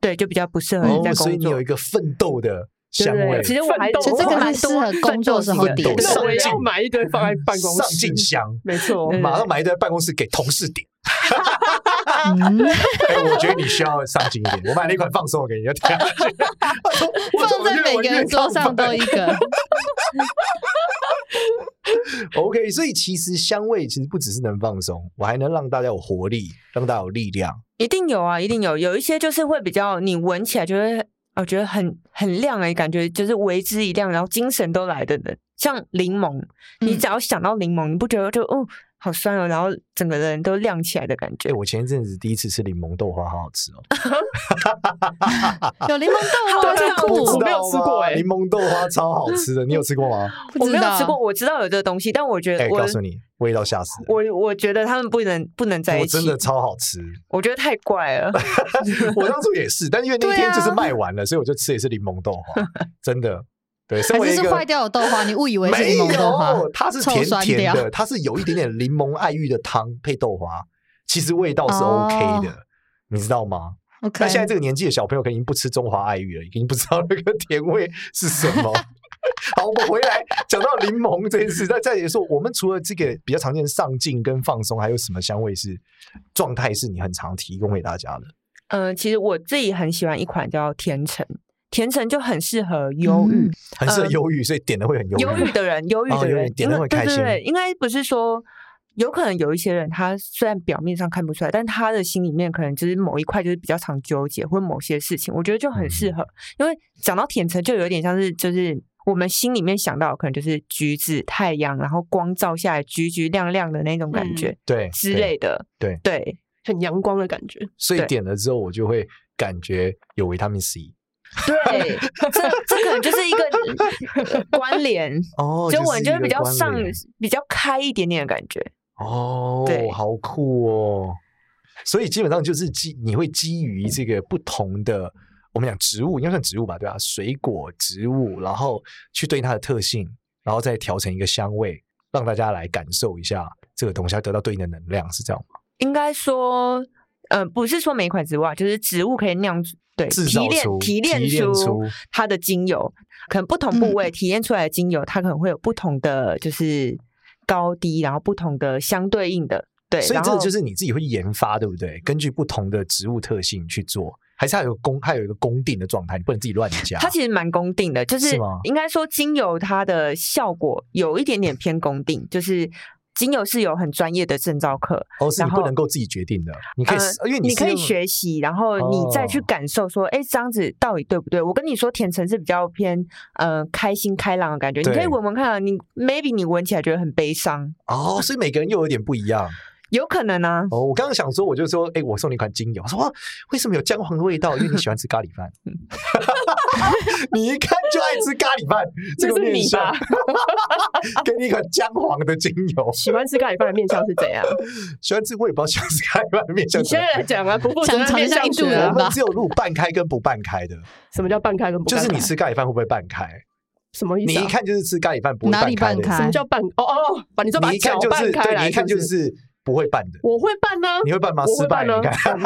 Speaker 8: 对，就比较不适合你在
Speaker 7: 哦，所以
Speaker 8: 工
Speaker 7: 你
Speaker 8: 作。
Speaker 7: 有一个奋斗的香
Speaker 8: 对对
Speaker 7: 味
Speaker 8: 对，其实我还
Speaker 5: 奋斗
Speaker 4: 所以这
Speaker 8: 我
Speaker 4: 个
Speaker 8: 蛮
Speaker 4: 是
Speaker 8: 多
Speaker 4: 适合工
Speaker 8: 奋
Speaker 4: 作
Speaker 8: 斗
Speaker 4: 时
Speaker 8: 型
Speaker 4: 候
Speaker 8: 的
Speaker 4: 点
Speaker 7: 对
Speaker 4: 的。
Speaker 5: 那我 也
Speaker 7: 上
Speaker 5: 要
Speaker 7: 进
Speaker 5: 买一堆放在办公
Speaker 7: 上
Speaker 5: 室
Speaker 7: 进。香。
Speaker 5: 没错，
Speaker 8: 对
Speaker 7: 马上买一堆办公室给同事点。
Speaker 4: 嗯，
Speaker 7: 哎、我觉得你需要上进一点。我买了一款放松的给你，要点下去。
Speaker 4: 放在每个人桌上都一个。
Speaker 7: OK，所以其实香味其实不只是能放松，我还能让大家有活力，让大家有力量。
Speaker 8: 一定有啊，一定有，有一些就是会比较你闻起来就会，我觉得很很亮哎、感觉就是为之一亮，然后精神都来的人，像柠檬，你
Speaker 4: 嗯
Speaker 8: 只要想到柠檬，你不觉得就哦好酸哦，然后整个人都亮起来的感
Speaker 7: 哎、
Speaker 8: 觉。
Speaker 7: 我前一阵子第一次吃柠檬豆花，好好吃哦。
Speaker 4: 有柠檬豆
Speaker 8: 好
Speaker 4: 花这
Speaker 8: 像
Speaker 4: 样不
Speaker 5: 我
Speaker 7: 知
Speaker 5: 没有
Speaker 7: 道
Speaker 5: 吃
Speaker 7: 吗
Speaker 5: 过哎
Speaker 7: 柠檬豆花超好吃的，你有吃过吗？
Speaker 8: 我没
Speaker 4: 知道
Speaker 8: 有吃过，我知道有这个东西，但我觉得
Speaker 7: 哎、
Speaker 8: 我、
Speaker 7: 告诉你，味道吓死人。
Speaker 8: 我我觉得他们不能不能在一
Speaker 7: 我
Speaker 8: 起，
Speaker 7: 真的超好吃，
Speaker 8: 我觉得太怪了。
Speaker 7: 我当初也是，但因为那一
Speaker 4: 对
Speaker 7: 天
Speaker 4: 啊
Speaker 7: 就是卖完了，所以我就吃也是柠檬豆 花，真的。对，身
Speaker 4: 还
Speaker 7: 为
Speaker 4: 是
Speaker 7: 一
Speaker 4: 是
Speaker 7: 个
Speaker 4: 坏掉的豆花？你误以为是
Speaker 7: 没
Speaker 4: 柠
Speaker 7: 有，
Speaker 4: 檬豆花？
Speaker 7: 它是
Speaker 4: 臭
Speaker 7: 甜
Speaker 4: 酸
Speaker 7: 甜
Speaker 4: 掉。
Speaker 7: 的，它是有一点点柠檬爱玉的汤配豆花，其实味道是
Speaker 4: 哦
Speaker 7: OK 的，你知道吗？
Speaker 4: OK，
Speaker 7: 但现在这个年纪的小朋友，可能已经不吃中华爱玉了，已经不知道那个甜味是什么。好，我们回来讲到柠檬这件事，那再也说，我们除了这个比较常见的上劲跟放松，还有什么香味是状态是你很常提供给大家的？
Speaker 8: 嗯，其实我自己很喜欢一款叫甜橙，甜橙就很适合忧郁、
Speaker 7: 很适合
Speaker 8: 嗯
Speaker 7: 忧郁，所以点的会很忧郁。
Speaker 8: 忧郁的人，忧郁
Speaker 7: 哦
Speaker 8: 的
Speaker 7: 忧郁
Speaker 8: 人，
Speaker 7: 点
Speaker 8: 因
Speaker 7: 得
Speaker 8: 为
Speaker 7: 会开
Speaker 8: 对
Speaker 7: 心
Speaker 8: 对对，应该不是说。有可能有一些人，他虽然表面上看不出来，但他的心里面可能就是某一块就是比较常纠结，或某些事情，我觉得就很
Speaker 7: 嗯
Speaker 8: 适合。因为讲到甜橙，就有点像是就是我们心里面想到的可能就是橘子、太阳，然后光照下来，橘橘亮亮的那种感觉、
Speaker 7: 对
Speaker 8: 之
Speaker 7: 对
Speaker 8: 类的。
Speaker 7: 对
Speaker 8: 对，
Speaker 5: 很阳光的感觉。
Speaker 7: 所以
Speaker 8: 对
Speaker 7: 点了之后，我就会感觉有维他命 C
Speaker 8: 对，这这可能就是一个 呃关联，
Speaker 7: 哦
Speaker 8: 所以我觉得比较上
Speaker 7: 上。
Speaker 8: 比较开一点点的感觉。
Speaker 7: 哦，
Speaker 8: 对
Speaker 7: 好酷哦！所以基本上就是基，你会基于这个不同的，我们讲植物应该算植物吧，对吧？水果、植物，然后去对应它的特性，然后再调成一个香味，让大家来感受一下这个东西，它得到对应的能量，是这样吗？
Speaker 8: 应该说，呃，不是说每一款植物啊，就是植物可以酿出对
Speaker 7: 制
Speaker 8: 提
Speaker 7: 造
Speaker 8: 炼
Speaker 7: 出
Speaker 8: 提炼
Speaker 7: 提炼出嗯
Speaker 8: 它的精油，可能不同部位提炼出来的精油，它可能会有不同的就是高低，然后不同的相对应的对，
Speaker 7: 所以
Speaker 8: 然
Speaker 7: 这个
Speaker 8: 后
Speaker 7: 就是你自己会研发，对不对？根据不同的植物特性去做，还是它有公，它有一个公定的状态，你不能自己乱加。
Speaker 8: 它其实蛮公定的，就是
Speaker 7: 是吗
Speaker 8: 应该说精油它的效果有一点点偏公定，就是精油是有很专业的证照课，
Speaker 7: 哦，是你
Speaker 8: 然
Speaker 7: 不
Speaker 8: 后
Speaker 7: 能够自己决定的，你可以试，
Speaker 8: 呃
Speaker 7: 因为
Speaker 8: 你
Speaker 7: 是
Speaker 8: 可以
Speaker 7: 用
Speaker 8: 学习，然后你再去
Speaker 7: 哦
Speaker 8: 感受说，哎、这样子到底对不对？我跟你说，甜橙是比较偏呃开心开朗的感觉，你可
Speaker 7: 对
Speaker 8: 以闻闻看啊，你 maybe 你闻起来觉得很悲伤，
Speaker 7: 哦，所以每个人又有点不一样。
Speaker 8: 有可能啊，
Speaker 7: 哦，我刚刚想说，我就说，哎、我送你一款精油，他说哇，为什么有姜黄的味道？因为你喜欢吃咖喱 饭，你一看就爱吃咖喱饭，这个
Speaker 5: 那是
Speaker 7: 面
Speaker 5: 你
Speaker 7: 相
Speaker 5: 吧，
Speaker 7: 给你一款姜黄的精油，
Speaker 5: 喜欢吃咖喱饭的面相是怎 样？
Speaker 7: 喜欢吃我也不知道喜欢吃咖喱饭的面相
Speaker 5: 你
Speaker 7: 什
Speaker 5: 现
Speaker 7: 么。
Speaker 5: 在来讲啊，不负责任
Speaker 2: 常常
Speaker 5: 面相
Speaker 2: 像印度
Speaker 5: 学啊
Speaker 2: 人
Speaker 7: 我
Speaker 2: 吧
Speaker 7: 们只有录半开跟不半开的，
Speaker 5: 什么叫半开跟不
Speaker 7: 就
Speaker 5: 半
Speaker 7: 是
Speaker 5: 开
Speaker 7: 你吃咖喱饭会不会半开？
Speaker 5: 什么意
Speaker 7: 你
Speaker 5: 思、啊？
Speaker 7: 一看就是吃咖喱饭不会
Speaker 4: 哪
Speaker 7: 半
Speaker 4: 里
Speaker 7: 开
Speaker 4: 半
Speaker 7: 的，
Speaker 4: 开
Speaker 5: 什么？叫半？哦哦，把你这把
Speaker 7: 你一看
Speaker 5: 脚
Speaker 7: 就
Speaker 5: 半
Speaker 7: 是
Speaker 5: 开
Speaker 7: 对，
Speaker 5: 来，
Speaker 7: 你一看就是是不会半的。
Speaker 5: 我会半啊呢、
Speaker 7: 你会办吗？
Speaker 5: 我
Speaker 7: 失
Speaker 5: 会
Speaker 7: 败
Speaker 5: 办
Speaker 7: 了，你
Speaker 5: 啊
Speaker 7: 看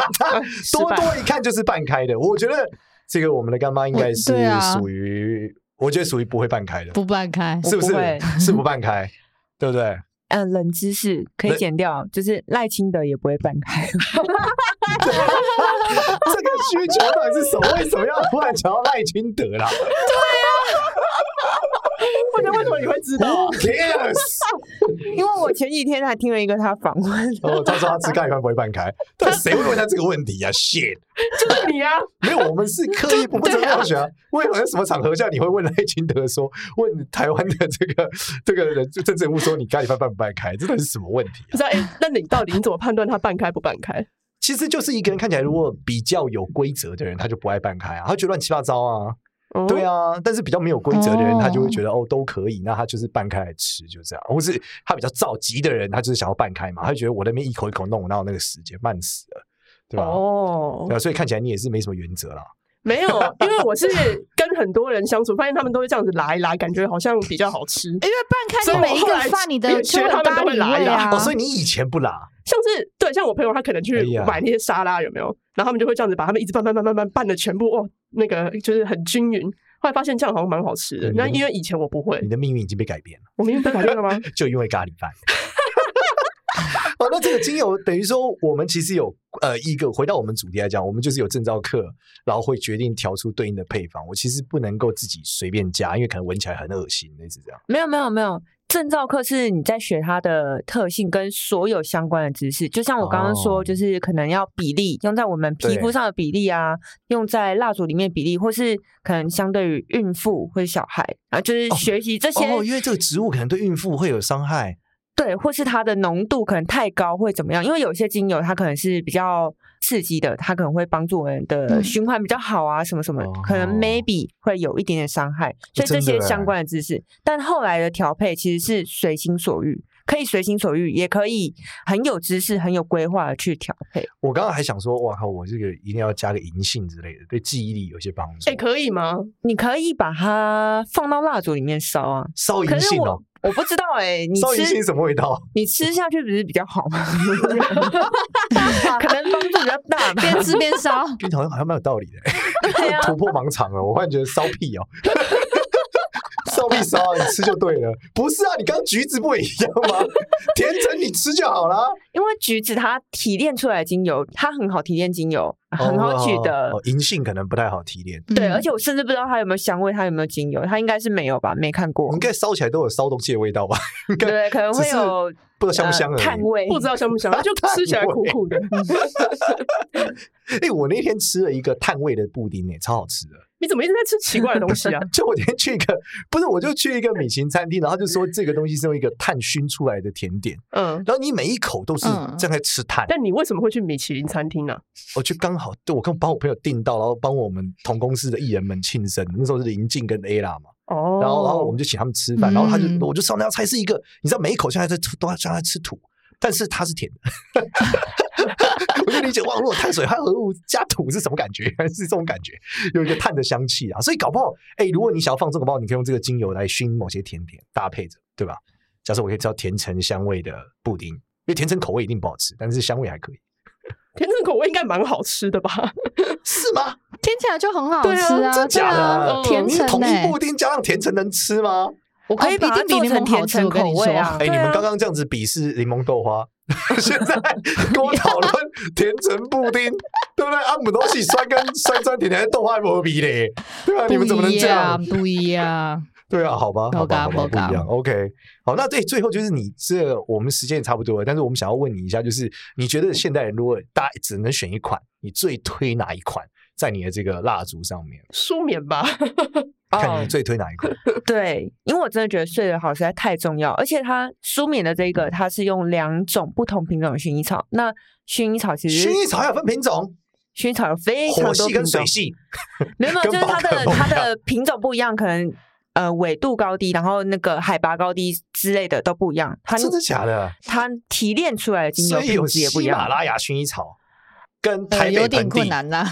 Speaker 7: 多
Speaker 5: 败
Speaker 7: 多一看就是半开的。我觉得这个我们的干妈应该是
Speaker 9: 我对啊
Speaker 7: 属于，我觉得属于不会半开的，
Speaker 9: 不半开，
Speaker 7: 是不是
Speaker 8: 我不会？
Speaker 7: 是不半开，对不对？
Speaker 8: 嗯、冷知识可以
Speaker 7: 冷
Speaker 8: 减掉，就是赖清德也不会半开，
Speaker 7: 这个需求到底是什么？为什么要突然讲到赖清德啦
Speaker 5: 啊 不然为什么你会知道、啊？
Speaker 7: ？Who cares？
Speaker 8: 因为我前几天还听了一个他访问，
Speaker 7: 哦，他说他吃咖喱饭不会半开，但谁会问他这个问题呀、s h i t
Speaker 5: 就是你啊，
Speaker 7: 没有，我们是刻意不不正确选啊。为何在什么场合下你会问赖清德说，问台湾的这个这个人就政治人物说你咖喱饭半不半开？这到底是什么问题啊？
Speaker 5: 不是、啊？哎、那你到底你怎么判断它半开不半开？
Speaker 7: 其实就是一个人看起来如果比较有规则的人，他就不爱半开啊，他觉得乱七八糟啊，
Speaker 5: 嗯
Speaker 7: 对，啊。但是比较没有规则的人，
Speaker 9: 哦
Speaker 7: 他就会觉得哦都可以，那他就是半开来吃就这样，或是他比较着急的人，他就是想要半开嘛，他就觉得我那边一口一口弄，我哪有那个时间，慢死了，对吧？
Speaker 5: 哦
Speaker 7: 对，啊，所以看起来你也是没什么原则啦。
Speaker 5: 没有，因为我是跟很多人相处，发现他们都会这样子拉一拉，感觉好像比较好吃。
Speaker 2: 因为半
Speaker 5: 所以
Speaker 2: 开
Speaker 5: 我
Speaker 2: 每一
Speaker 5: 后
Speaker 2: 个
Speaker 5: 来
Speaker 2: 饭你
Speaker 5: 因为
Speaker 2: 的
Speaker 5: 其实
Speaker 2: 就有
Speaker 5: 他们
Speaker 2: 咖
Speaker 5: 都会
Speaker 2: 喱
Speaker 5: 来
Speaker 2: 味
Speaker 5: 啦
Speaker 2: 啊
Speaker 7: 哦，，所以你以前不拉，
Speaker 5: 像是对，像我朋友他可能去
Speaker 7: 哎呀
Speaker 5: 买那些沙拉，有没有？然后他们就会这样子把他们一直拌拌拌拌拌拌的全部哦，那个就是很均匀。后来发现这样好像蛮好吃的。
Speaker 7: 嗯
Speaker 5: 那因为以前我不会
Speaker 7: 你，的命运已经被改变了，
Speaker 5: 我明明被改变了 吗？
Speaker 7: 就因为咖喱饭。哦，那这个精油等于说，我们其实有呃一个回到我们主题来讲，我们就是有证照课，然后会决定调出对应的配方。我其实不能够自己随便加，因为可能闻起来很恶心，类似这样。
Speaker 8: 没有没有没有，证照课是你在学它的特性跟所有相关的知识，就像我刚刚说，
Speaker 7: 哦
Speaker 8: 就是可能要比例用在我们皮肤
Speaker 7: 对
Speaker 8: 上的比例啊，用在蜡烛里面的比例，或是可能相对于孕妇或者小孩，啊，就是
Speaker 7: 哦
Speaker 8: 学习这些、
Speaker 7: 哦，因为这个植物可能对孕妇会有伤害。
Speaker 8: 对，或是它的浓度可能太高会怎么样？因为有些精油它可能是比较刺激的，它可能会帮助我们的
Speaker 2: 嗯
Speaker 8: 循环比较好啊，什么什么，可能
Speaker 7: 哦
Speaker 8: maybe 会有一点点伤害，所以这
Speaker 7: 真的
Speaker 8: 些
Speaker 7: 欸
Speaker 8: 相关的知识。但后来的调配其实是随心所欲，可以随心所欲，也可以很有知识、很有规划的去调配。
Speaker 7: 我刚刚还想说，哇靠，我这个一定要加个银杏之类的，对记忆力有些帮助。
Speaker 5: 哎、可以吗？
Speaker 8: 你可以把它放到蜡烛里面烧啊。
Speaker 7: 烧银
Speaker 8: 可是
Speaker 7: 杏
Speaker 8: 我、
Speaker 7: 哦，
Speaker 8: 我不知道哎、你
Speaker 7: 烧银
Speaker 8: 吃
Speaker 7: 杏什么味道？
Speaker 8: 你吃下去不是比较好 吗？可能帮助比较大 吧。
Speaker 2: 边吃边 烧，
Speaker 7: 觉得好像好像蛮有道理 的、
Speaker 8: 对啊
Speaker 7: 突破盲场了。我忽然觉得烧屁哦，烧肉蜜烧啊，你吃就对了。不是啊，你刚橘子不也一样吗？甜橙你吃就好啦。
Speaker 8: 因为橘子它提炼出来的精油，它很好提炼精油， 很好取得。
Speaker 7: 哦，银杏可能不太好提
Speaker 4: 嗯
Speaker 7: 炼，
Speaker 8: 对，而且我甚至不知道它有没有香味，它有没有精油，它应该是没有吧，没看过
Speaker 7: 应。该烧起来都有烧东西的味道吧？应该
Speaker 8: 对，可能
Speaker 7: 只
Speaker 8: 会
Speaker 7: 是
Speaker 8: 有
Speaker 7: 不知道香不香而
Speaker 8: 呃
Speaker 7: 已。
Speaker 8: 碳味，
Speaker 5: 不知道香 不香，它就吃起来苦苦的。
Speaker 7: 哎、我那天吃了一个碳味的布丁、欸，超好吃的。
Speaker 5: 你怎么一直在吃奇怪的东西啊？
Speaker 7: 就我那天去一个，不是，我就去一个米其林餐厅，然后就说这个东西是用一个碳熏出来的甜点，
Speaker 8: 嗯，
Speaker 7: 然后你每一口都是
Speaker 4: 嗯
Speaker 7: 正在吃碳。
Speaker 5: 但你为什么会去米其林餐厅啊呢？
Speaker 7: 我哦就刚好，对我跟帮我朋友订到，然后帮我们同公司的艺人们庆生，那时候是林静跟 A 啦嘛，
Speaker 5: 哦
Speaker 7: 然后然后我们就请他们吃饭，然后他就
Speaker 9: 嗯
Speaker 7: 我就上那道菜是一个，你知道每一口现在在吃都像在吃土，但是它是甜的。 我就理解哇，如果碳水化合物加土是什么感觉？ 是这种感觉，有一个碳的香气啊。所以搞不好，哎、如果你想要放这个包，你可以用这个精油来熏某些甜点，搭配着，对吧？假设我可以吃到甜橙香味的布丁，因为甜橙口味一定不好吃，但是香味还可以，
Speaker 5: 甜橙口味应该蛮好吃的吧？
Speaker 7: 是吗？
Speaker 4: 听起来就很好吃啊，
Speaker 7: 真的假
Speaker 4: 对啊
Speaker 7: 的？
Speaker 4: 甜橙
Speaker 7: 嗯同一
Speaker 4: 欸
Speaker 7: 布丁加上甜橙能吃吗？
Speaker 8: 我可
Speaker 4: 哦
Speaker 8: 以把
Speaker 4: 一
Speaker 8: 它
Speaker 4: 定比
Speaker 8: 做
Speaker 4: 柠
Speaker 8: 成
Speaker 4: 檬
Speaker 8: 甜
Speaker 4: 好吃我
Speaker 8: 橙
Speaker 4: 跟
Speaker 8: 口
Speaker 4: 你
Speaker 8: 味
Speaker 4: 说
Speaker 8: 啊。
Speaker 7: 哎、
Speaker 8: 对
Speaker 7: 你们
Speaker 8: 啊
Speaker 7: 刚刚这样子鄙视柠檬豆花， 现在跟我讨论甜橙布丁，对不对？啊，姆东西酸跟酸酸甜甜的豆花没比嘞，对 啊，你们怎么能这样？
Speaker 4: 不一样，
Speaker 7: 对啊，好吧，
Speaker 4: 不
Speaker 7: 好吧，
Speaker 4: 敢
Speaker 7: 好吧，
Speaker 4: 不
Speaker 7: 不
Speaker 4: 敢
Speaker 7: 一样。OK，好，那对，最后就是你这，我们时间也差不多了，但是我们想要问你一下，就是你觉得现代人如果大家只能选一款，你最推哪一款？在你的这个蜡烛上面，
Speaker 5: 舒眠吧，
Speaker 7: 看
Speaker 4: 哦
Speaker 7: 你最推哪一款？
Speaker 8: 哦对，因为我真的觉得睡得好实在太重要，而且它舒眠的这一个，它是用两种不同品种的薰衣草。那薰衣草其实
Speaker 7: 薰衣草还有分品种，
Speaker 8: 薰衣草有非常
Speaker 7: 火
Speaker 8: 多
Speaker 7: 系
Speaker 8: 品
Speaker 7: 跟
Speaker 8: 种
Speaker 7: 水，系，
Speaker 8: 没有没有，
Speaker 7: 跟
Speaker 8: 就是
Speaker 7: 宝
Speaker 8: 它
Speaker 7: 可
Speaker 8: 的
Speaker 7: 梦
Speaker 8: 它
Speaker 7: 一样
Speaker 8: 的品种不一样，可能呃纬度高低，然后那个海拔高低之类的都不一样。它
Speaker 7: 真的假的？
Speaker 8: 它提炼出来的精油
Speaker 7: 所以
Speaker 8: 品
Speaker 7: 有
Speaker 8: 质也不一
Speaker 7: 喜马
Speaker 8: 样。
Speaker 7: 拉雅薰衣草跟
Speaker 4: 呃
Speaker 7: 台
Speaker 4: 有
Speaker 7: 北
Speaker 4: 点
Speaker 7: 盆地
Speaker 4: 困，难啦。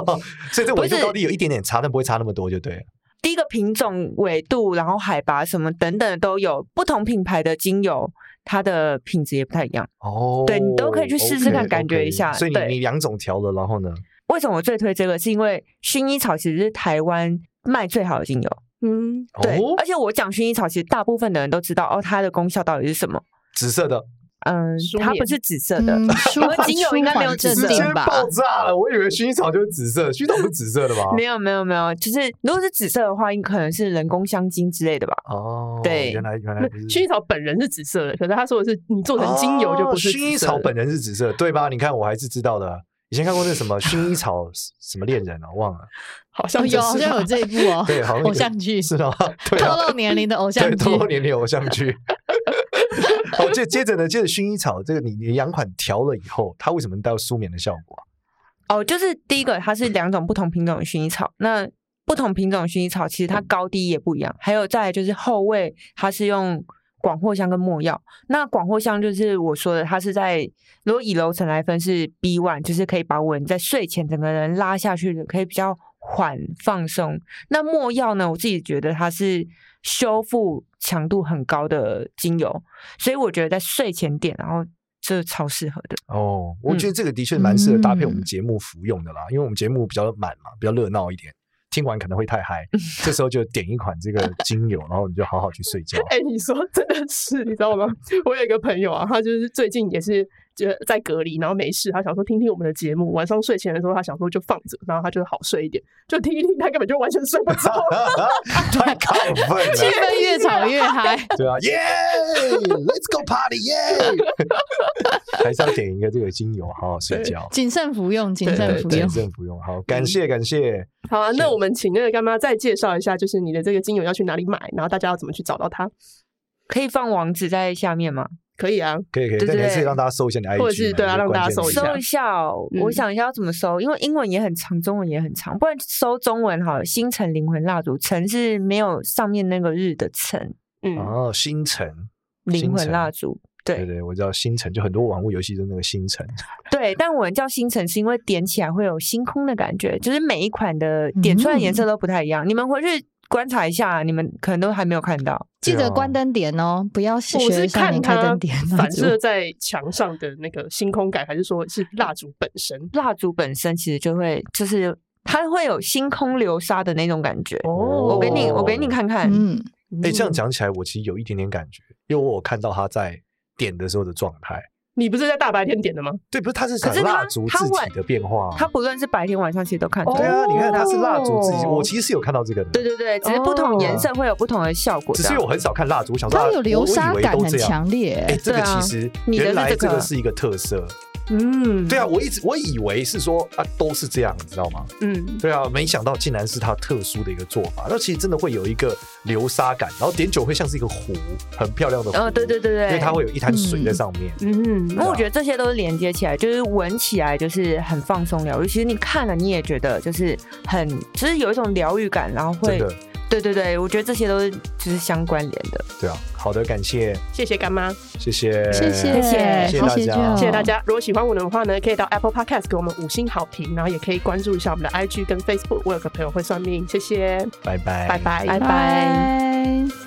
Speaker 7: 所以这纬
Speaker 8: 不
Speaker 7: 度
Speaker 8: 是
Speaker 7: 高低有一点点差，但不会差那么多，就对了。
Speaker 8: 第一个品种、纬度，然后海拔什么等等的都有，不同品牌的精油它的品质也不太一样。
Speaker 7: 哦
Speaker 8: 对你都可以去试试看
Speaker 7: OK，
Speaker 8: 感觉一下
Speaker 7: OK 所以
Speaker 8: 对
Speaker 7: 你你两种调了，然后呢？
Speaker 8: 为什么我最推这个？是因为薰衣草其实是台湾卖最好的精油。
Speaker 5: 嗯，
Speaker 8: 对，
Speaker 7: 哦
Speaker 8: 而且我讲薰衣草，其实大部分的人都知道哦，它的功效到底是什么。
Speaker 7: 紫色的
Speaker 8: 嗯
Speaker 5: 舒，
Speaker 8: 它
Speaker 5: 眠
Speaker 8: 不是紫色的，
Speaker 4: 嗯，舒
Speaker 8: 我们
Speaker 4: 缓
Speaker 8: 精油应该没有
Speaker 4: 舒缓
Speaker 8: 紫
Speaker 7: 直
Speaker 8: 色
Speaker 4: 镇
Speaker 7: 接
Speaker 4: 定吧？
Speaker 7: 爆炸了！我以为薰衣草就是紫色，薰衣草不是紫色的吧？
Speaker 8: 没有没有没有，就是如果是紫色的话，应可能是人工香精之类的吧。
Speaker 7: 哦，
Speaker 8: 对
Speaker 7: 原来原来不是
Speaker 5: 薰衣草本人是紫色的，可是他说的是你做成精油就不是
Speaker 7: 哦薰衣
Speaker 5: 紫色
Speaker 7: 草
Speaker 5: 的
Speaker 7: 本人是紫色，对吧？你看我还是知道的。以前看过 那什么薰衣草什么恋人啊，忘了，
Speaker 5: 好
Speaker 4: 哦
Speaker 5: 像
Speaker 4: 有
Speaker 5: 就是
Speaker 4: 好像有这一部哦
Speaker 7: 对，好像，有
Speaker 4: 偶像剧，
Speaker 7: 是吗？对
Speaker 4: 透
Speaker 7: 啊，
Speaker 4: 露年龄的偶像
Speaker 7: 对，
Speaker 4: 剧
Speaker 7: 透，露年龄偶 像剧。好，接接着呢，接着薰衣草这个你你两款调了以后，它为什么带有舒眠的效果啊、
Speaker 8: 哦，就是第一个，它是两种不同品种的薰衣草。那不同品种的薰衣草其实它高低也不一样。还有再来就是后味，它是用广藿香跟没药。那广藿香就是我说的，它是在如果以楼层来分是 B one，就是可以把我在睡前整个人拉下去的，可以比较缓放松。那没药呢，我自己觉得它是修复强度很高的精油，所以我觉得在睡前点，然后这超适合的。
Speaker 7: 哦，我觉得这个的确蛮适合搭配我们节目服用的啦，
Speaker 4: 嗯
Speaker 7: 因为我们节目比较满嘛，比较热闹一点，听完可能会 太嗨，这时候就点一款这个精油，然后你就好好去睡 觉。
Speaker 5: 哎、你说真的是，你知道吗？我有一个朋友啊，他就是最近也是就在隔离，然后没事，他想说听听我们的节目，晚上睡前的时候他想说就放着，然后他就好睡一点，就听一听，他根本就完全睡不着。
Speaker 7: 太亢奋
Speaker 4: 气
Speaker 7: 了，
Speaker 4: 氛越吵越嗨。
Speaker 7: 对 啊，耶、l e t s go party，耶、还是要点一个这个精油，好好睡觉，
Speaker 4: 谨慎服用，谨
Speaker 5: 对
Speaker 4: 慎
Speaker 5: 对
Speaker 4: 服
Speaker 7: 谨
Speaker 4: 用。
Speaker 7: 慎服用。好，感谢感谢。
Speaker 5: 好啊，那我们请那个干妈再介绍一下，就是你的这个精油要去哪里买，然后大家要怎么去找到它？
Speaker 8: 可以放网址在下面吗？
Speaker 5: 可以啊，
Speaker 7: 可以可以，
Speaker 8: 对
Speaker 7: 但你还
Speaker 8: 对
Speaker 7: 是让大家搜一下你的 IG，
Speaker 5: 或者是对啊
Speaker 7: 嘛
Speaker 5: 让大
Speaker 7: 关
Speaker 5: 家
Speaker 7: 键
Speaker 5: 搜一
Speaker 7: 字
Speaker 5: 下
Speaker 8: 搜一下哦，
Speaker 5: 嗯
Speaker 8: 我想一下要怎么搜，因为英文也很长，中文也很长，不然搜中文好了。星辰灵魂蜡烛，辰是没有上面那个日的辰，
Speaker 5: 嗯，
Speaker 7: 哦，星辰，
Speaker 8: 灵魂蜡
Speaker 7: 烛。
Speaker 8: 烛。
Speaker 7: 对
Speaker 8: 对
Speaker 7: 对，我知道星辰，就很多网络游戏都那个星辰。
Speaker 8: 对，但我们叫星辰是因为点起来会有星空的感觉，就是每一款的点出来的颜
Speaker 5: 嗯
Speaker 8: 色都不太一样。你们回去观察一下，你们可能都还没有看到。
Speaker 4: 记
Speaker 7: 对
Speaker 4: 得
Speaker 7: 啊
Speaker 4: 关灯点哦，不要
Speaker 5: 我是
Speaker 4: 学少
Speaker 5: 看
Speaker 4: 年开
Speaker 5: 它
Speaker 4: 灯点。哦
Speaker 5: 反射在墙上的那个星空感，还是说是蜡烛本身？
Speaker 8: 蜡烛本身其实就会就是它会有星空流沙的那种感觉。
Speaker 7: 哦
Speaker 8: 我给你，我给你看看，
Speaker 4: 嗯，
Speaker 5: 嗯
Speaker 7: 哎，这样讲起来，我其实有一点点感觉，因为我有看到他在点的时候的状态。
Speaker 5: 你不是在大白天点的吗？
Speaker 7: 对，不是，他是
Speaker 8: 可
Speaker 7: 闪
Speaker 8: 是他
Speaker 7: 蜡烛
Speaker 8: 他
Speaker 7: 自己
Speaker 8: 晚
Speaker 7: 的变化啊。
Speaker 8: 他不论是白天晚上，其实都看得
Speaker 7: 对
Speaker 5: 哦
Speaker 8: 到。
Speaker 7: 啊，你看他是蜡烛自己，
Speaker 4: 哦
Speaker 7: 我其实是有看到这个的。
Speaker 8: 对对对，只是不同颜色会有不同的效果。
Speaker 7: 只是因为我很少看蜡烛，我想说
Speaker 4: 它
Speaker 7: 啊
Speaker 4: 有
Speaker 7: 我
Speaker 4: 流沙
Speaker 7: 我以为
Speaker 4: 感
Speaker 7: 都
Speaker 4: 很
Speaker 7: 这样
Speaker 4: 强烈
Speaker 7: 哎、，这个
Speaker 8: 对啊
Speaker 7: 其实
Speaker 8: 你的
Speaker 7: 原
Speaker 8: 是
Speaker 7: 来
Speaker 8: 这
Speaker 7: 这
Speaker 8: 个
Speaker 7: 个是一个特色。
Speaker 8: 嗯，
Speaker 7: 对啊，我一直我以为是说啊都是这样，你知道吗？
Speaker 8: 嗯，
Speaker 7: 对啊，没想到竟然是它特殊的一个做法。那其实真的会有一个流沙感，然后点酒会像是一个湖，很漂亮的湖。
Speaker 8: 哦，对对对对，
Speaker 7: 啊因为它会有一滩水在上面。
Speaker 8: 嗯，那
Speaker 7: 对啊
Speaker 8: 我觉得这些都是连接起来，就是闻起来就是很放松疗愈。其实你看了，你也觉得就是很，就是有一种疗愈感，然后
Speaker 7: 真
Speaker 8: 会，
Speaker 7: 的，
Speaker 8: 对对对，我觉得这些都是就是相关联的。
Speaker 7: 对啊，好的，感谢，
Speaker 5: 谢谢干妈，
Speaker 7: 谢谢，
Speaker 4: 谢谢
Speaker 8: 谢
Speaker 7: 谢大家
Speaker 5: 谢谢大。家。如果喜欢我们的话呢，可以到 Apple Podcast 给我们五星好评，然后也可以关注一下我们的 IG 跟 Facebook。我有个朋友会算命，谢谢，
Speaker 7: 哎拜拜，
Speaker 5: 拜拜，
Speaker 8: 拜
Speaker 4: 拜。